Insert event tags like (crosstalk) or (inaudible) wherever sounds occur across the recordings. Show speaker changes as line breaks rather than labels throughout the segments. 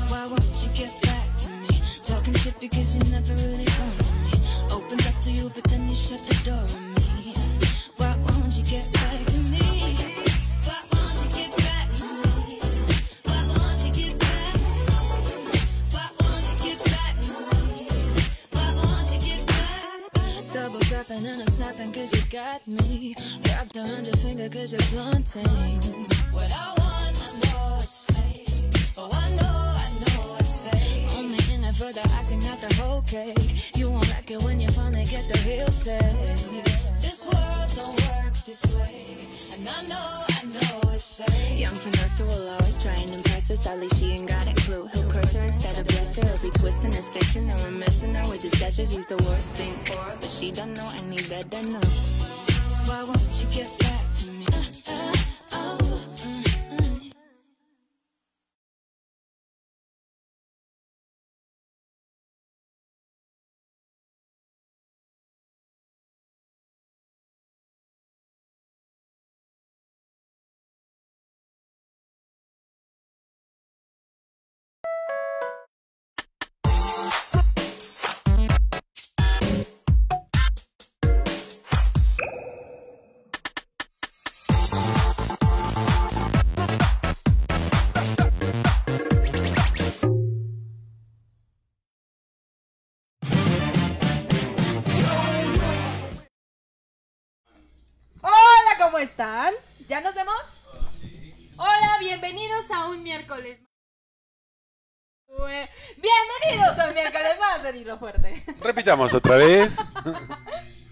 you get back to me. Talking shit because you never really owned me. Opened up to you, but then you shut the door on me. Why won't you get back to me? Why won't you get back to me? Why won't you get back? Why won't you get back to me? Why won't you get back? Double dropping and I'm snapping cause you got me. Grabbed a hundred finger cause you're blunting. What I want, I know it's fake. Oh, I know, I know it's fake. Only in it for the icing, not the whole cake. You won't like it when you finally get the real taste. This world don't work this way. And I know, I know it's fake.
Young Vanessa will always try and impress her. Sadly, she ain't got a clue. He'll curse her instead of bless her. He'll be twisting his fiction and we're messing her with his gestures. He's the worst thing for her, but she don't know any better. No.
Why won't you get back to me? Uh, uh, oh, mm, mm.
Hola, ¿cómo están? ¿Ya nos vemos? Hola, bienvenidos a un miércoles más. Ue- Bienvenidos a un miércoles más de Hilo Fuerte.
Repitamos otra vez.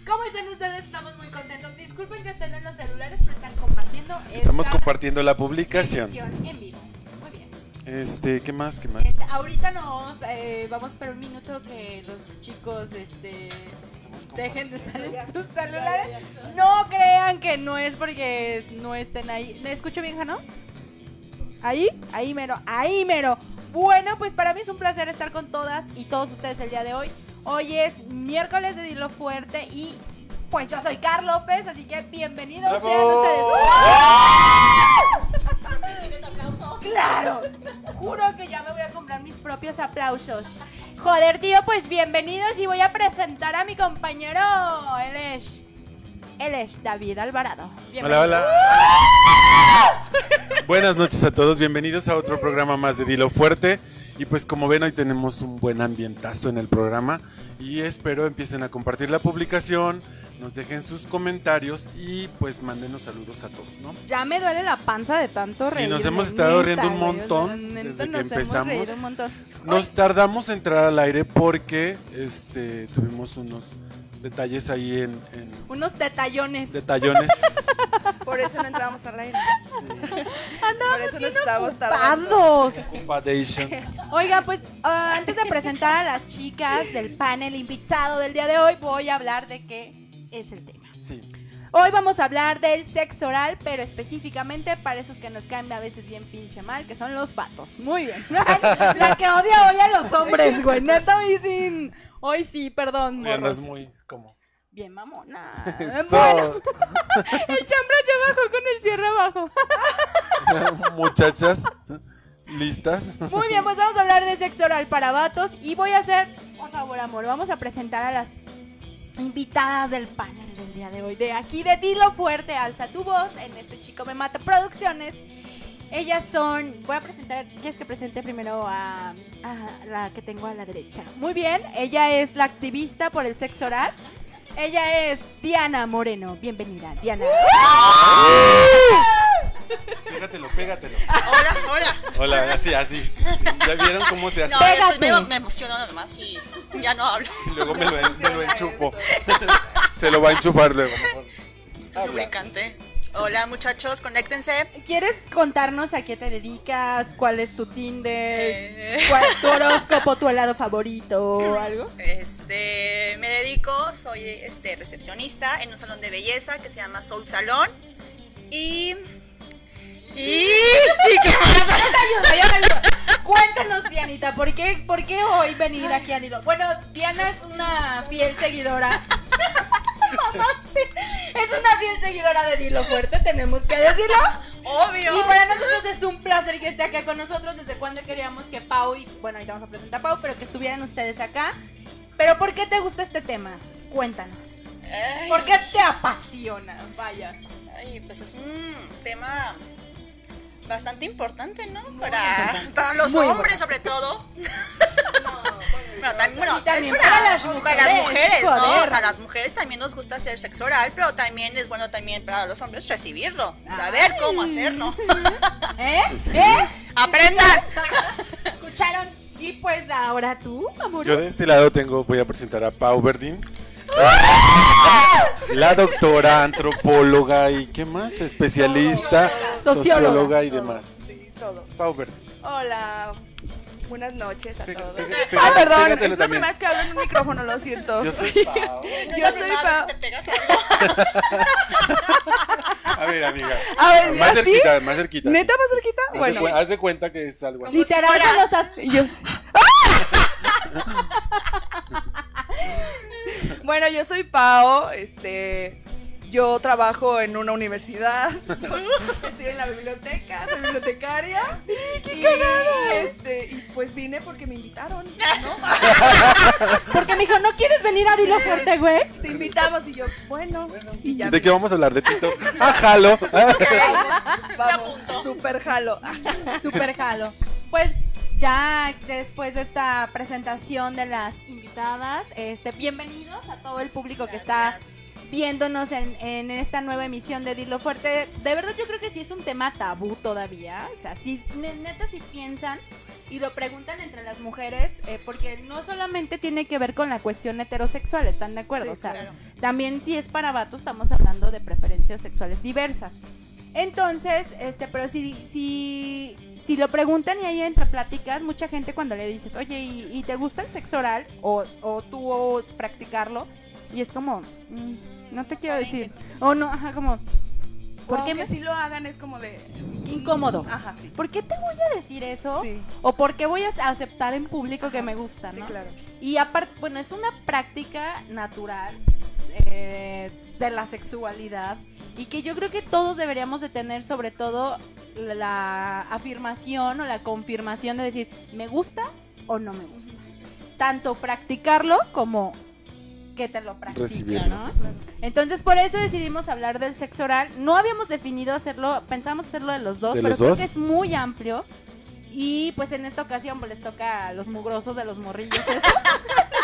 ¿Cómo están ustedes? Estamos muy contentos. Disculpen que estén en los celulares, pero están compartiendo.
Estamos
esta
compartiendo la publicación.
edición en vivo. Muy bien.
Este, ¿qué más? ¿Qué más?
Este, ahorita nos eh, vamos a esperar un minuto que los chicos este, dejen de estar en sus celulares. No crean que no es porque no estén ahí. ¿Me escucho bien, Jano? Ahí, ahí mero, ahí mero. Bueno, pues para mí es un placer estar con todas y todos ustedes el día de hoy. Hoy es miércoles de Dilo Fuerte y pues yo soy Carl López, así que bienvenidos
¡Bravo!
sean ustedes. ¡Ah! ¡Claro! Juro que ya me voy a comprar mis propios aplausos. Joder, tío, pues bienvenidos y voy a presentar a mi compañero. Él es. Él es David Alvarado.
Hola,
Bienvenido.
hola. Buenas noches a todos, bienvenidos a otro programa más de Dilo Fuerte. Y pues como ven hoy tenemos un buen ambientazo en el programa y espero empiecen a compartir la publicación, nos dejen sus comentarios y pues mándenos saludos a todos, ¿no?
Ya me duele la panza de tanto
Sí,
reír.
nos hemos estado riendo un montón desde que empezamos. Nos tardamos en entrar al aire porque este, tuvimos unos detalles ahí en, en
Unos detallones.
detallones.
Por eso no entramos al aire. Por eso nos estábamos tardando.
Pados.
Ocupadation.
Oiga, pues ah, antes de presentar a las chicas del panel invitado del día de hoy, voy a hablar de qué es el tema.
Sí.
Hoy vamos a hablar del sexo oral, pero específicamente para esos que nos caen a veces bien pinche mal, que son los vatos. Muy bien. (laughs) La que odia hoy a los hombres, güey. Neta, hoy sin. Hoy sí, perdón.
Hoy andas
morros.
muy como.
Bien mamona.
Eh,
Bueno,
Eso,
el chambra yo abajo con el cierre abajo.
(laughs) muchachas, listas.
(laughs) Muy bien, pues vamos a hablar de sexo oral para vatos y voy a hacer, por favor, amor, vamos a presentar a las invitadas del panel del día de hoy. De aquí de Dilo Fuerte, alza tu voz en este chico me mata producciones. Ellas son, voy a presentar, ¿quieres que presente primero a, a la que tengo a la derecha? Muy bien, ella es la activista por el sexo oral. Ella es Diana Moreno. Bienvenida, Diana.
Pégatelo, pégatelo.
Hola, hola.
Hola, así, así. Sí, ¿Ya vieron cómo se hace?
No,
Pégate.
después me, me emociono nomás y ya no hablo.
Y luego me lo, en- me lo enchufo. (laughs) Se lo va a enchufar luego. mejor. Habla.
Lubricante. Ah, Hola, muchachos, conéctense.
¿Quieres contarnos a qué te dedicas? ¿Cuál es tu Tinder?
Eh,
¿Cuál es tu horóscopo, tu helado favorito o algo?
Este, me dedico, soy este recepcionista en un salón de belleza que se llama Soul Salón y y, (laughs) ¿y qué más?
Ayuda, ayuda, ayuda. Cuéntanos, Dianita, ¿por qué, ¿por qué hoy venir aquí a Dilo? Bueno, Diana es una fiel seguidora. Mamaste. Es una fiel seguidora de Dilo Fuerte, tenemos que decirlo.
Obvio.
Y para nosotros es un placer que esté acá con nosotros. Desde cuando queríamos que Pau, y bueno, ahorita vamos a presentar a Pau, pero que estuvieran ustedes acá. Pero ¿por qué te gusta este tema? Cuéntanos.
Ay,
¿Por qué te apasiona? Vaya.
ay, pues es un tema bastante importante, ¿no? Para, para los
Muy
hombres, sobre todo. (laughs) Bueno, también, bueno,
Y también
es para,
para las
para las
mujeres,
mujeres, ¿no?
joder.
O sea, las mujeres también nos gusta hacer sexo oral, pero también es bueno también para los hombres recibirlo, saber cómo hacerlo.
¿Eh? ¿Eh? (laughs)
¡Aprendan!
¿Escucharon? Y pues ahora tú, amor.
Yo de este lado tengo, voy a presentar a Pau
(laughs)
Verdín. La doctora, antropóloga y qué más, especialista,
Socióloga.
socióloga y demás.
Sí, todo.
Pau Verdín.
Hola. Buenas noches a
Pega-
todos.
pega-
Ah,
pega-
perdón, es
pégatelo también.
la primera vez que hablo en un micrófono, lo siento.
Yo soy
(laughs)
Pau.
Yo soy Pau.
Te pegas algo.
A ver, amiga.
A ver,
más
¿así?
cerquita, más cerquita.
¿Ah, ¿Neta más cerquita?
Haz de
Bueno.
cuen- haz de cuenta que es algo así.
Literal,
fuera.
con los as-
Y yo- bueno, yo soy Pao, este, yo trabajo en
(laughs)
una universidad, estoy en la biblioteca, soy bibliotecaria. ¡Qué cagada! Este, y pues vine porque me invitaron, ¿no?
Porque me dijo, ¿no quieres venir a Dilo Fuerte, güey?
Te invitamos y yo, bueno, y ya
¿De qué vamos a hablar? ¿De pitos? ¡Ah, jalo!
vine. vamos, super jalo.
Super jalo. Pues ya después de esta presentación de las invitadas, este, bienvenidos a todo el público que está viéndonos en, en esta nueva emisión de Dilo Fuerte. De verdad yo creo que sí es un tema tabú todavía. O sea, si ne- neta si piensan y lo preguntan entre las mujeres, eh, porque no solamente tiene que ver con la cuestión heterosexual, ¿están de acuerdo?
Sí,
o sea,
claro.
también si es para vato estamos hablando de preferencias sexuales diversas. Entonces, este, pero si, si, si lo preguntan y ahí entre pláticas, mucha gente cuando le dices, oye, ¿y, y te gusta el sexo oral? O, o tú o practicarlo, y es como, "Mm, no te quiero
saben
decir. O no, ajá, como, ¿por qué
Aunque
me
sí Ah. lo hagan es como de...
Incómodo.
Ajá, sí.
¿Por qué te voy a decir eso?
Sí,
¿O por qué voy a aceptar en público que me gusta,
sí,
no?
claro.
Y aparte, bueno, es una práctica natural eh, de la sexualidad y que yo creo que todos deberíamos de tener sobre todo la afirmación o la confirmación de decir, ¿me gusta o no me gusta? Tanto practicarlo como que te lo practiquen,
Recibirlo.
¿no? Entonces por eso decidimos hablar del sexo oral. No habíamos definido hacerlo, pensamos hacerlo de los dos,
¿De
pero
los
creo
dos?
que es muy amplio. Y pues en esta ocasión pues les toca a los mugrosos de los (laughs) morrillos. Eso.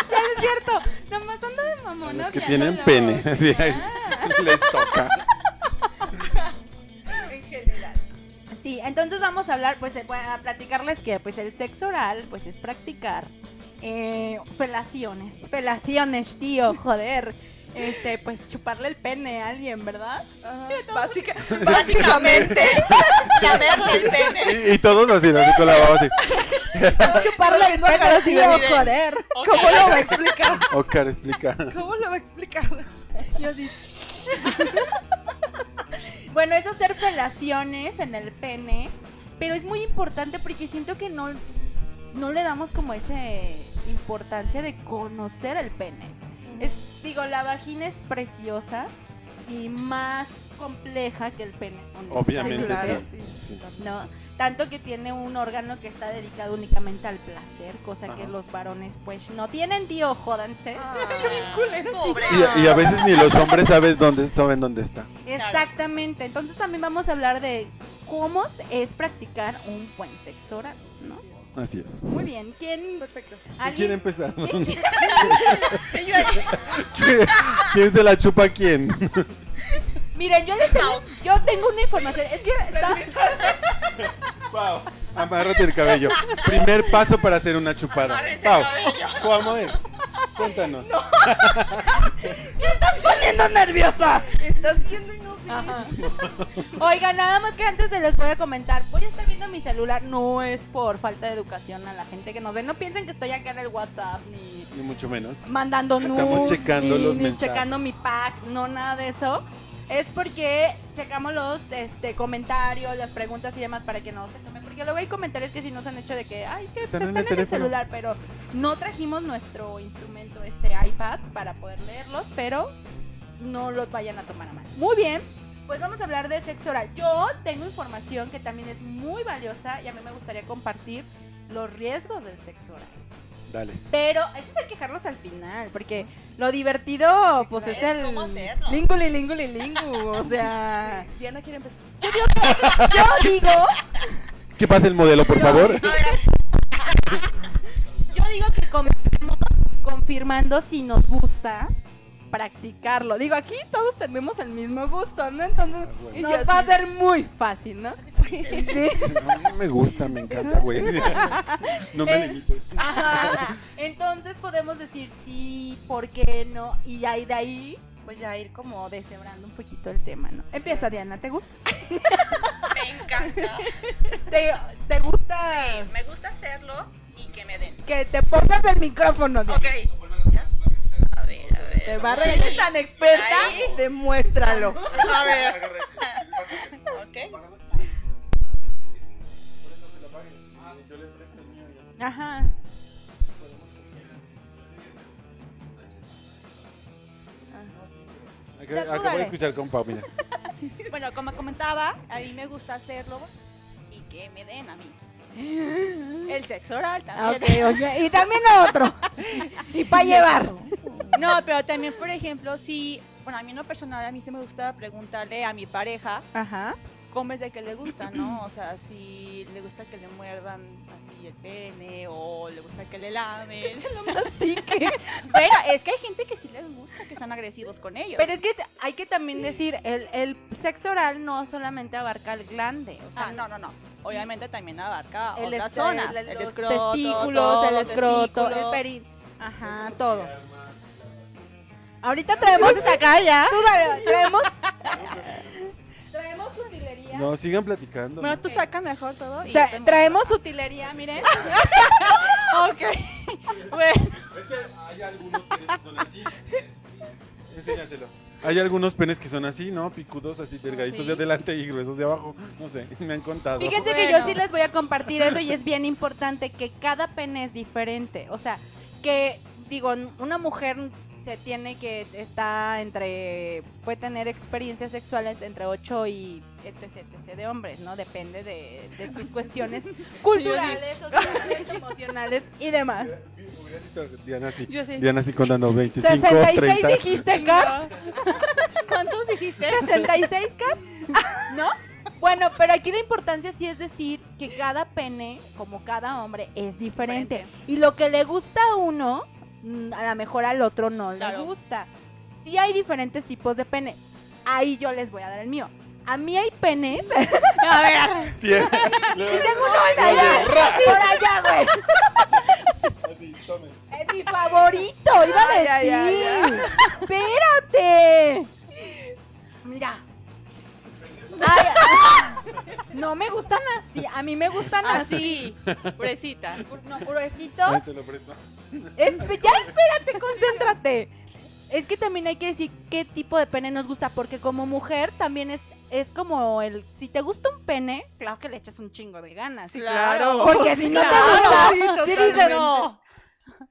Sí, es cierto. Nomás anda de mamón.
(laughs) Los que tienen (laughs) pene. Sí, Ah. les toca.
Sí, entonces vamos a hablar, pues eh, a platicarles que pues el sexo oral pues es practicar eh, felaciones, felaciones, tío, joder. Este, pues chuparle el pene a alguien, ¿verdad?
Ajá, (laughs) Básica,
Básicamente, lamerle el
(laughs)
pene.
Y, y todos así, así con la baba así.
Chuparle el
viendo a
pene,
Carlos
tío,
así de-
joder.
Ok.
(laughs) ¿cómo lo va a explicar?
Oscar, explica.
¿Cómo lo va a explicar?
Yo así. (laughs) bueno, es hacer felaciones en el pene, pero es muy importante porque siento que no, no le damos como esa importancia de conocer el pene. Es, digo, la vagina es preciosa y más compleja que el pene. honestamente.
Obviamente,
Sí, claro,
sí. sí.
¿no? Tanto que tiene un órgano que está dedicado únicamente al placer, cosa que
Ajá.
los varones pues no tienen, tío,
Ah,
jódanse.
Pobre.
Y, y a veces ni los hombres sabes dónde, saben dónde está.
Exactamente. Entonces también vamos a hablar de cómo es practicar un buen sexo oral, ¿no?
Así es.
Muy bien. ¿Quién?
Perfecto.
¿Quién
¿Alguien?
quiere empezar?
Y yo aquí,
(laughs) ¿Quién se la chupa a quién?
Miren, yo les tengo, yo tengo una información. Es que está-
Pau, amárrate el cabello. Primer paso para hacer una chupada.
Amárrese el
Pau,
cabello.
¿cómo es? Cuéntanos.
poniendo nerviosa.
Estás viendo y no ves.
Oiga, nada más que antes se les voy a comentar. Voy a estar viendo mi celular. No es por falta de educación a la gente que nos ve. No piensen que estoy acá en el WhatsApp ni
Ni mucho menos.
mandando
Estamos
nudes,
checando
ni,
los
ni
mensajes.
checando mi pack, no nada de eso. Es porque checamos los este, comentarios, las preguntas y demás para que no se tomen. Porque luego hay comentarios que sí nos han hecho de que, ay, es que
Están
están,
en
en,
el
el
teléfono".
celular, pero no trajimos nuestro instrumento, este iPad, para poder leerlos, pero no los vayan a tomar a mal. Muy bien, Pues vamos a hablar de sexo oral. Yo tengo información que también es muy valiosa y a mí me gustaría compartir los riesgos del sexo oral.
Dale.
Pero eso hay que dejarlos al final, porque lo divertido, pues es,
es
el.
cómo hacerlo.
Linguli, linguli, lingu. O (laughs) sea.
Diana quiere empezar.
Yo digo.
¿Qué pasa el modelo, por favor?
Yo digo que comencemos confirmando si nos gusta practicarlo. Digo, aquí todos tenemos el mismo gusto, ¿no? Entonces,
Ah, bueno.
y
Y
nos
yo
va a
sí.
ser muy fácil, ¿no? (laughs) Sí.
(laughs) No, me gusta, me encanta, güey. No me limites.
Ajá. Entonces podemos decir sí, por qué no, y ahí de ahí, pues ya ir como deshebrando un poquito el tema, ¿no? Empieza, Diana, ¿te gusta?
Me encanta.
¿Te, te gusta
Me gusta hacerlo y que me den.
que te pongas el micrófono? Diana?
Ok. A ver, a ver.
Te va a
Sí.
regresar.
Eres tan experta,
Ahí.
demuéstralo.
A ver. Ok.
Ajá.
Acab- Acabo de escuchar con Pau, mira.
Bueno, como comentaba, a mí me gusta hacerlo y que me den a mí.
(laughs)
El sexo oral
Ah,
también.
Ok, ok. Y también lo otro. Y para llevar.
No, pero también, por ejemplo, si, bueno, a mí en lo personal, a mí se me gusta preguntarle a mi pareja
Ajá.
cómo es de que le gusta, ¿no? O sea, si le gusta que le muerdan así el pene o le gusta que le lamen. (laughs) Pero es que hay gente que sí les gusta, que están agresivos con ellos.
Pero es que t- hay que también decir, el, el sexo oral no solamente abarca el glande, o sea,
Ah, no, no, no. Obviamente también abarca
el
otras
este-
zonas.
el-
El,
los
escroto,
testículos,
todo,
el escroto, el
testículo.
perín. Ajá, todo. Ahorita traemos esa ya. Tú dale,
(laughs)
traemos. traemos utilería.
No, sigan platicando.
Bueno, tú saca mejor todo. y yo te
O sea,
muestro.
traemos utilería, miren.
Hay algunos penes que son así. Enséñatelo. Hay algunos penes que son así, ¿no? Picudos, así delgaditos
Sí.
de adelante y gruesos de abajo. No sé, me han contado.
Fíjense que yo
Bueno.
sí les voy a compartir eso y es bien importante que cada pene es diferente. O sea, que digo, n- una mujer se tiene que está entre puede tener experiencias sexuales entre 8 y etc, etc de hombres, ¿no? Depende de, de tus cuestiones culturales, sociales, emocionales y demás.
Diana sí.
Yo sí.
Diana sí contando 25,
66
30.
dijiste, K. ¿Cuántos dijiste? 66, K. ¿No? Bueno, pero aquí la importancia sí es decir que cada pene, como cada hombre, es diferente. Y lo que le gusta a uno, mm, a lo mejor al otro no le
Claro.
gusta. Sí hay diferentes tipos de pene. Ahí yo les voy a dar el mío. A mí hay
(laughs)
penes. A ver.
Tiene-
Por allá, por allá, güey.
Así, tomen.
Es mi favorito, iba a decir.
Ay, ay, ay,
Espérate. Mira. Ay, no me gustan así, a mí me gustan así.
Purecita.
No, gruesito.
Ahí te lo presto.
Espe- ya espérate, concéntrate. Es que también hay que decir qué tipo de pene nos gusta, porque como mujer también es, es como el... Si te gusta un pene, claro que le echas un chingo de ganas.
Claro.
Porque si no te gusta,
sí,
sí
totalmente.
dices,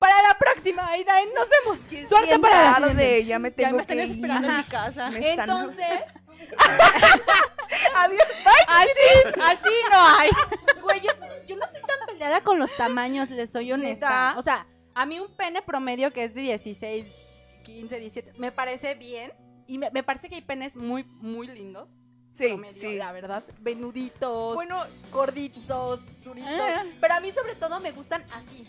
Para la próxima, Aidaen, nos vemos. Suerte
Bien
para la siguiente.
tarde, ya me tengo
ya me están
que
esperando
ir.
en mi casa.
Me están-
Entonces,
(laughs) Adiós.
así, así no hay. Güey, yo, yo no estoy tan peleada con los tamaños, les soy honesta.
¿Neta?
O sea, a mí un pene promedio que es de 16, 15, 17, me parece bien. Y me, me parece que hay penes muy, muy lindos.
(laughs) Sí,
promedio,
sí.
La verdad, venuditos,
Bueno,
gorditos, duritos.
Eh.
Pero a mí sobre todo me gustan así.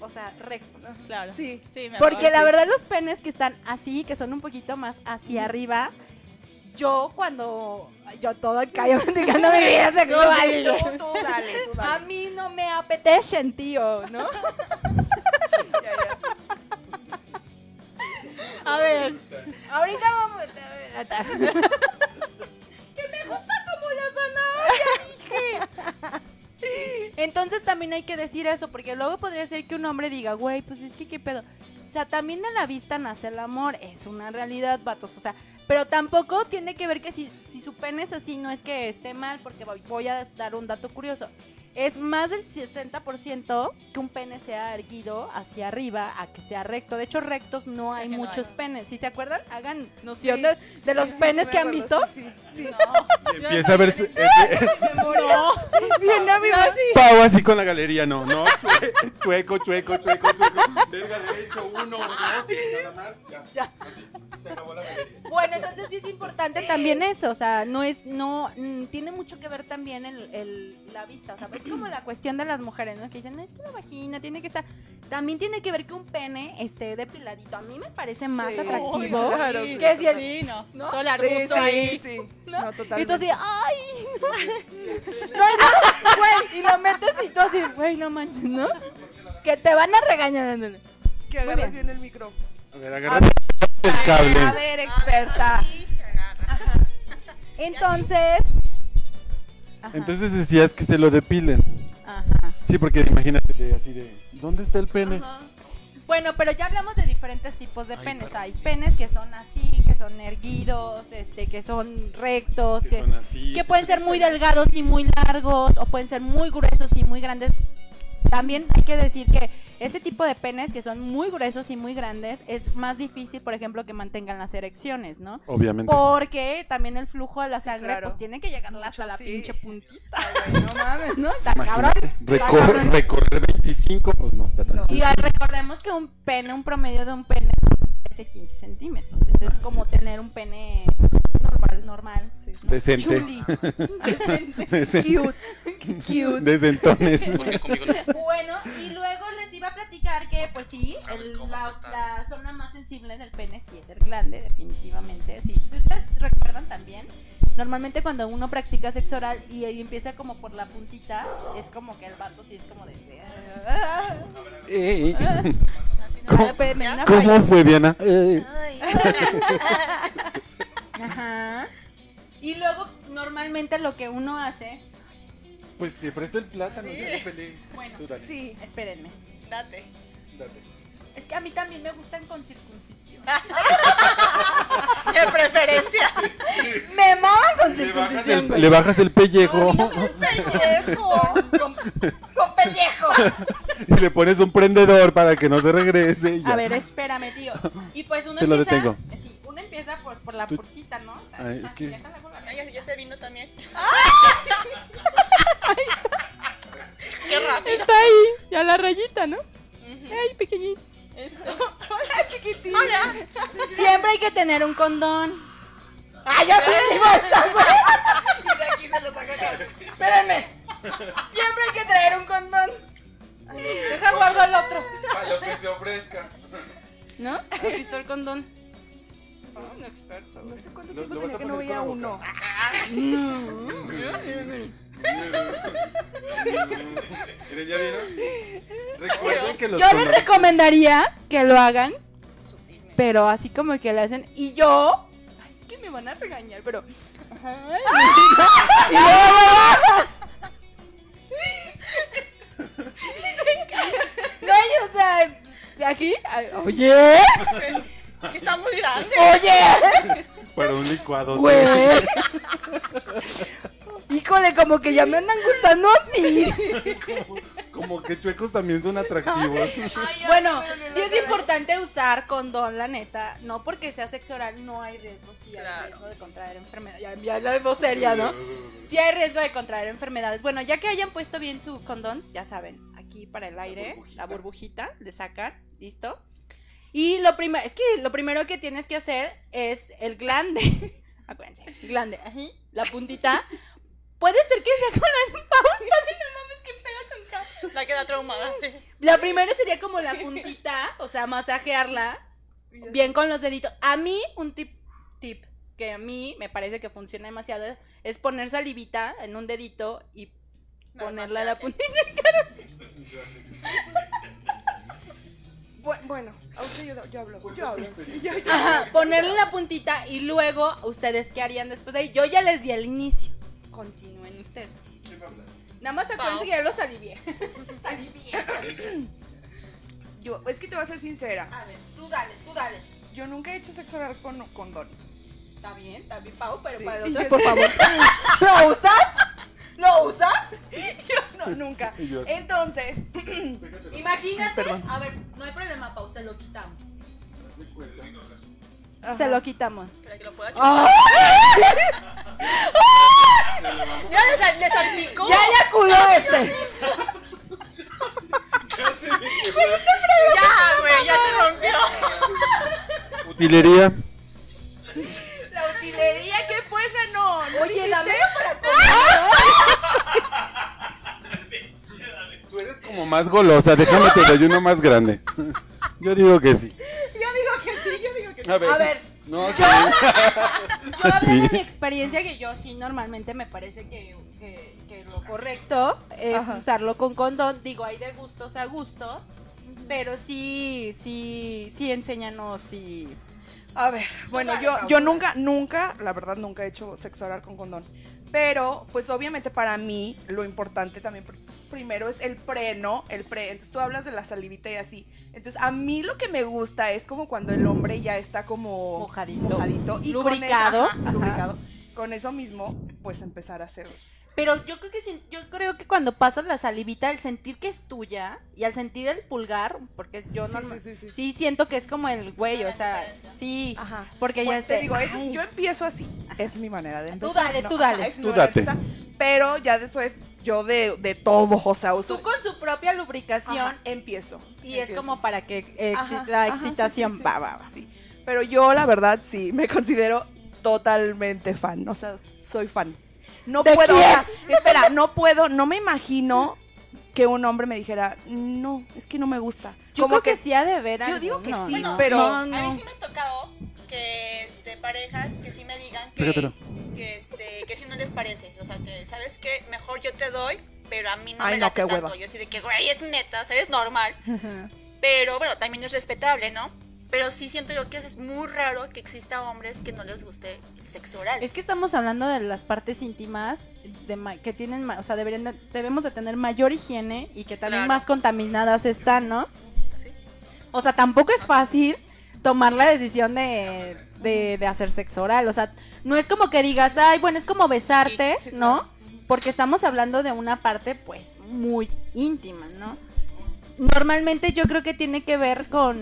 O sea, rectos.
Claro.
sí.
Sí, me
Porque
acuerdo.
la verdad los penes que están así, que son un poquito más hacia arriba, yo cuando yo todo caigo (laughs) platicando mi vida sexual.
Tú, tú, dale, tú,
A
dale.
mí no me apetecen, tío, ¿no?
Ya, ya.
A ver, ahorita vamos. a- que me gusta como la zanahoria, dije. Entonces también hay que decir eso, porque luego podría ser que un hombre diga, güey, pues es que qué pedo. O sea, también de la vista nace el amor, es una realidad, vatos. O sea, pero tampoco tiene que ver que si, si su pene es así, no es que esté mal, porque voy, voy a dar un dato curioso. es más del 70% que un pene sea erguido hacia arriba a que sea recto. De hecho, rectos no hay
Casi no
muchos
hay.
penes. Si se acuerdan, hagan
Sí,
noción de, de los
sí, sí,
penes
sí,
que
me
han visto.
acuerdo, Sí, sí, sí.
Empieza a
(laughs)
verse
Bien, amigo, sí.
Pau así con la galería, no, no, chue- chueco, chueco, chueco, chueco. Delga derecho, uno, dos, nada más, ya. Así, Se acabó la galería.
Bueno, entonces sí es importante también eso, o sea, no es, no, mm, tiene mucho que ver también el, el- la vista, o sea, es como la cuestión de las mujeres, ¿no? Que dicen, no, es que la vagina tiene que estar, también tiene que ver que un pene esté depiladito, a mí me parece más
Sí.
atractivo
Uy, claro, sí.
que si el...
Sí, no.
¿no?
Todo el
Sí,
arbusto
sí,
ahí.
sí. No,
Y tú así,
totalmente.
ay, (laughs) no. No, no, güey, y lo metes y tú así, güey, no manches, ¿no? Que te van a regañar, ándale.
Que agarres bien el micro.
A ver, agarra el
A
cable.
ver, experta.
Entonces, Ajá.
Entonces decías que se lo depilen.
ajá.
Sí, porque imagínate de- así de, ¿dónde está el pene?
Bueno, pero ya hablamos de diferentes tipos de
Ay,
penes.
pero
Hay
sí.
penes que son así, que son erguidos, este, que son rectos, que,
Que son así.
que pueden ser muy delgados y muy largos, o pueden ser muy gruesos y muy grandes. También hay que decir que ese tipo de penes que son muy gruesos y muy grandes es más difícil, por ejemplo, que mantengan las erecciones, ¿no?
Obviamente.
Porque también el flujo de la sangre
claro.
pues tiene que llegar hasta
Mucho,
la
sí.
pinche puntita,
No mames.
¿no? Está cabrón.
Imagínate, recor- recorrer 25, pues no está tan
No.
Y al- recordemos que un pene, un promedio de un pene es de 15 centímetros. Entonces, es
Así
como
es.
tener un pene normal, normal.
Sí.
(laughs) decente.
Chuli.
(laughs) Decente.
Cute.
Desde entonces.
Porque conmigo no.
Bueno, y luego les iba a platicar que, pues sí,
Sabes
el-
cómo
la,
esto está.
la zona más sensible del pene sí es el glande, definitivamente. Sí. Si ustedes recuerdan también, normalmente cuando uno practica sexo oral y, y empieza como por la puntita, es como que el vato sí es como de...
(laughs) Ey,
Así no.
¿Cómo,
Pero una
cómo fue, Diana? Ey.
Ajá. Y luego, normalmente lo que uno hace.
Pues te presto el plátano, ya lo pelé.
Bueno,
Tú dale,
Sí.
Espérenme.
Date.
date.
Es que a mí también me gustan con circuncisión.
De preferencia.
¡Me maman con
Le bajas
circuncisión!
el,
güey.
le bajas el
No,
pellejo (laughs)
no, pellejo. Con, con pellejo.
y le pones un prendedor para que no se regrese. y ya.
A ver, espérame, (laughs) tío. Y pues uno
Te lo
empieza.
detengo.
Sí, uno empieza pues por la
Tú-
puntita, ¿no? O sea,
Ay, es
así,
que-
déjala con la-
Ya se vino
(laughs)
también. ¡Qué rápido!
Está ahí, ya la rayita, ¿no? Ay, pequeñito. (laughs)
Hola, chiquitín.
Siempre hay que tener un condón.
¡Ah, ya
(laughs)
perdí bolsa, güey! Y de aquí se lo saca acá.
Espérenme. Siempre hay que traer un condón. Deja guardo el otro.
A lo que se ofrezca. Ah.
¿No? ¿Has visto el condón?
No, experto. No sé cuánto
Lo-
tiempo
lo vas a
tenía que
poner
no
con
veía
la boca.
uno.
Miren, ¿ya vieron? Recuerden que los
Yo les
condones-
recomendaría que lo hagan, pero así como que le hacen. Y yo. Ay, es que me van a regañar, pero. Ay, y luego- (laughs) no, y, o sea, de aquí. ay, (laughs) Oye,
Sí está muy grande.
oye,
Para un licuado.
güey. Híjole, como que ya me andan gustando (laughs) así.
Como que chuecos también son atractivos.
Bueno, sí es importante usar condón, la neta. No porque sea sexo oral, no hay riesgo. Sí hay
Claro.
riesgo de contraer enfermedades. Ya, ya la voz seria, ¿no? Sí hay riesgo de contraer enfermedades. Bueno, ya que hayan puesto bien su condón, ya saben, aquí para el aire, la burbujita, le sacan, listo. Y lo primero, es que lo primero que tienes que hacer es el glande. (laughs) Acuérdense, glande, ajá, la puntita. Puede ser que sea con la pausa de no mames, qué pedo con cada-
La queda traumada.
la primera sería como (laughs) la puntita, o sea, masajearla bien con los deditos. A mí, un tip, tip que a mí me parece que funciona demasiado es- es poner salivita en un dedito y ponerla a la puntita. (laughs)
Bu- Bueno, a usted yo, yo hablo. Yo hablo. Yo, yo.
Ajá, ponerle la puntita y luego, ¿ustedes qué harían después de ahí? Yo ya les di el inicio. Continúen ustedes. (laughs) Nada más acuérdense
Pau.
que ya lo salivié. salivié.
Yo- es que te voy a ser sincera.
A ver, tú dale, tú dale.
Yo nunca he hecho sexo oral con condón.
Está bien, está (laughs) bien, Pau, pero
(laughs) Sí.
para el otro, por favor. ¿Lo usas? ¿Lo usas?
Yo no. nunca.
Y yo así.
Entonces,
Imagínate.
Perdón.
A ver, no hay problema, Pau, se lo quitamos.
Se lo quitamos.
Para que lo pueda chupar.
¡Ah!
Ya le, sal- le salpicó.
¡Ya eyaculó este!
Ya, güey, ya se rompió.
Utilería.
la utilería que pues no. no
Oye, la
hiciste.
Tú eres como más golosa, déjame te doy uno más grande. (laughs) Yo digo que sí.
Yo digo que sí, yo digo que sí.
A ver.
A ver.
No, sí.
Yo hablo de
Sí.
mi experiencia que yo sí normalmente me parece que, que- que lo correcto es
Ajá.
usarlo con condón. Digo, hay de gustos a gustos. Pero sí, sí, sí, enséñanos y...
A ver, bueno, yo, yo nunca, nunca, la verdad, nunca he hecho sexo oral con condón. Pero, pues obviamente para mí, lo importante también pr- primero es el pre, ¿no? El pre. Entonces tú hablas de la salivita y así. Entonces a mí lo que me gusta es como cuando el hombre ya está como
Mojadito.
mojadito y
Lubricado.
Con eso, ajá,
Ajá.
lubricado. Con eso mismo, pues empezar a hacer.
Pero yo creo que si- yo creo que cuando pasas la salivita, al sentir que es tuya y al sentir el pulgar, porque yo
Sí,
no
sí, sí, sí.
siento que es como el güey, o
La
sea,
diferencia.
sí,
Ajá.
porque ya
Pues,
esté-
te digo, es-
Ay.
yo empiezo así. Es mi manera de
Tú
empezar.
dale,
¿no?
tú dale.
Ajá, es mi
Tú
manera
date.
de empezar. Pero ya después yo de, de todo, o sea, uso-
tú con su propia lubricación
Ajá, empiezo.
y es
Empiezo.
como para que exi-
Ajá,
la
ajá, sí,
excitación
sí, sí.
va, va, va.
Sí. Pero yo, la verdad, sí, me considero totalmente fan. O sea, soy fan. No
¿De
puedo. o
quién?
sea, espera, no puedo, no me imagino que un hombre me dijera, no, es que no me gusta.
Yo
Como
creo que, sí ha de ver.
Yo
algo,
digo que
no,
sí,
no.
pero-
No,
A mí
no.
sí me ha tocado que este, parejas que sí me digan que,
Pégatelo.
que, este, que si no les parece. O sea, que sabes que mejor yo te doy, pero a mí no
Ay,
me
no,
late
qué
tanto.
hueva.
Yo así de que, güey, es neta, o sea,
(laughs)
es normal. pero bueno, también es respetable, ¿no? Pero sí siento yo que es muy raro que exista hombres que no les guste el sexo oral.
Es que estamos hablando de las partes íntimas de ma- que tienen, ma- o sea, deberían de- debemos de tener mayor higiene y que también
Claro.
más contaminadas están, ¿no?
¿sí?
O sea, tampoco es fácil tomar la decisión de, de- de hacer sexo oral. O sea, no es como que digas, ay, bueno, es como besarte,
Sí, sí,
¿no? Porque estamos hablando de una parte, pues, muy íntima, ¿no? Normalmente yo creo que tiene que ver con,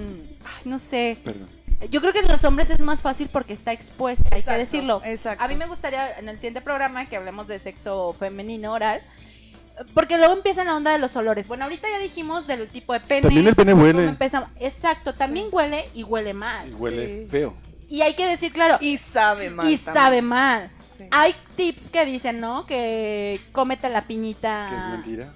ay, no sé,
Perdón.
yo creo que en los hombres es más fácil porque está expuesta, hay
Exacto,
que decirlo.
exacto.
A mí me gustaría en el siguiente programa que hablemos de sexo femenino oral, porque luego empieza la onda de los olores. Bueno, ahorita ya dijimos del tipo de pene.
También el pene
cómo
huele.
empezamos. Exacto, también huele y huele mal.
Y huele
Sí.
feo.
Y hay que decir, claro, y,
Y sabe mal. también.
sabe Ah, mal.
Sí.
Hay tips que dicen, ¿no? Que cómete la piñita.
¿Que es mentira?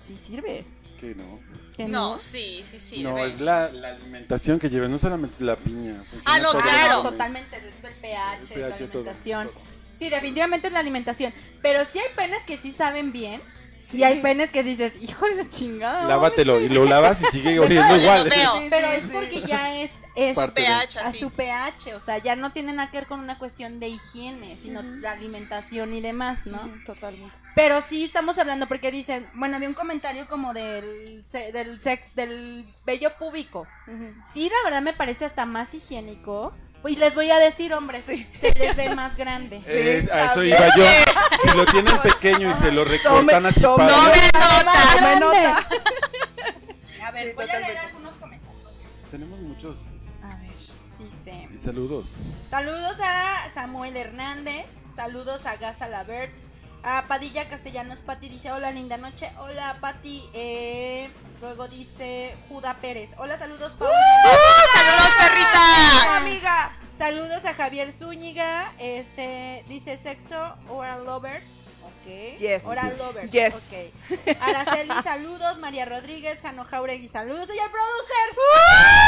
Sí sirve.
Que no.
que
No, sí, sí, sí.
No, es la, la alimentación que lleva, no solamente la piña. funciona
Ah, no,
todo lo
claro.
que comes.
Totalmente, es el pH,
El
la
pH, todo,
alimentación.
todo.
Sí, definitivamente es la alimentación. Pero sí hay penes que sí saben bien. Y hay penes que dices, hijo de la chingada.
Lávatelo y lo lavas y sigue oliendo
Huele
igual.
feo.
Sí,
Pero
sí,
es
sí.
porque ya es, es
Parte de-
pH,
a
así.
su pH. O sea, ya no tiene nada que ver con una cuestión de higiene, sino de alimentación y demás, ¿no?
Totalmente.
Pero sí estamos hablando porque dicen, bueno, había un comentario como del, se- del sex, del bello púbico. Sí, la verdad me parece hasta más higiénico. Y les voy a decir, hombres, se les ve
(laughs)
más grande.
Es- Eh, a eso
también.
iba yo. Si lo tienen pequeño y se lo recortan a su
tome.
padre,
Más
Tome
grande.
nota.
A ver,
Sí,
voy a leer
totalmente.
algunos comentarios.
Tenemos muchos.
A ver, dice.
Y saludos.
Saludos a Samuel Hernández, saludos a Gaza Labert, a Padilla Castellanos Pati dice, hola linda noche, hola Pati, eh, luego dice Juda Pérez, hola saludos Paula,
¡Saludos, perrita!
Amiga.
saludos a Javier Zúñiga, este, dice sexo, oral lovers, ok,
Yes.
oral lovers,
Yes.
ok, Araceli, saludos, María Rodríguez, Jano Jauregui, saludos, y al producer,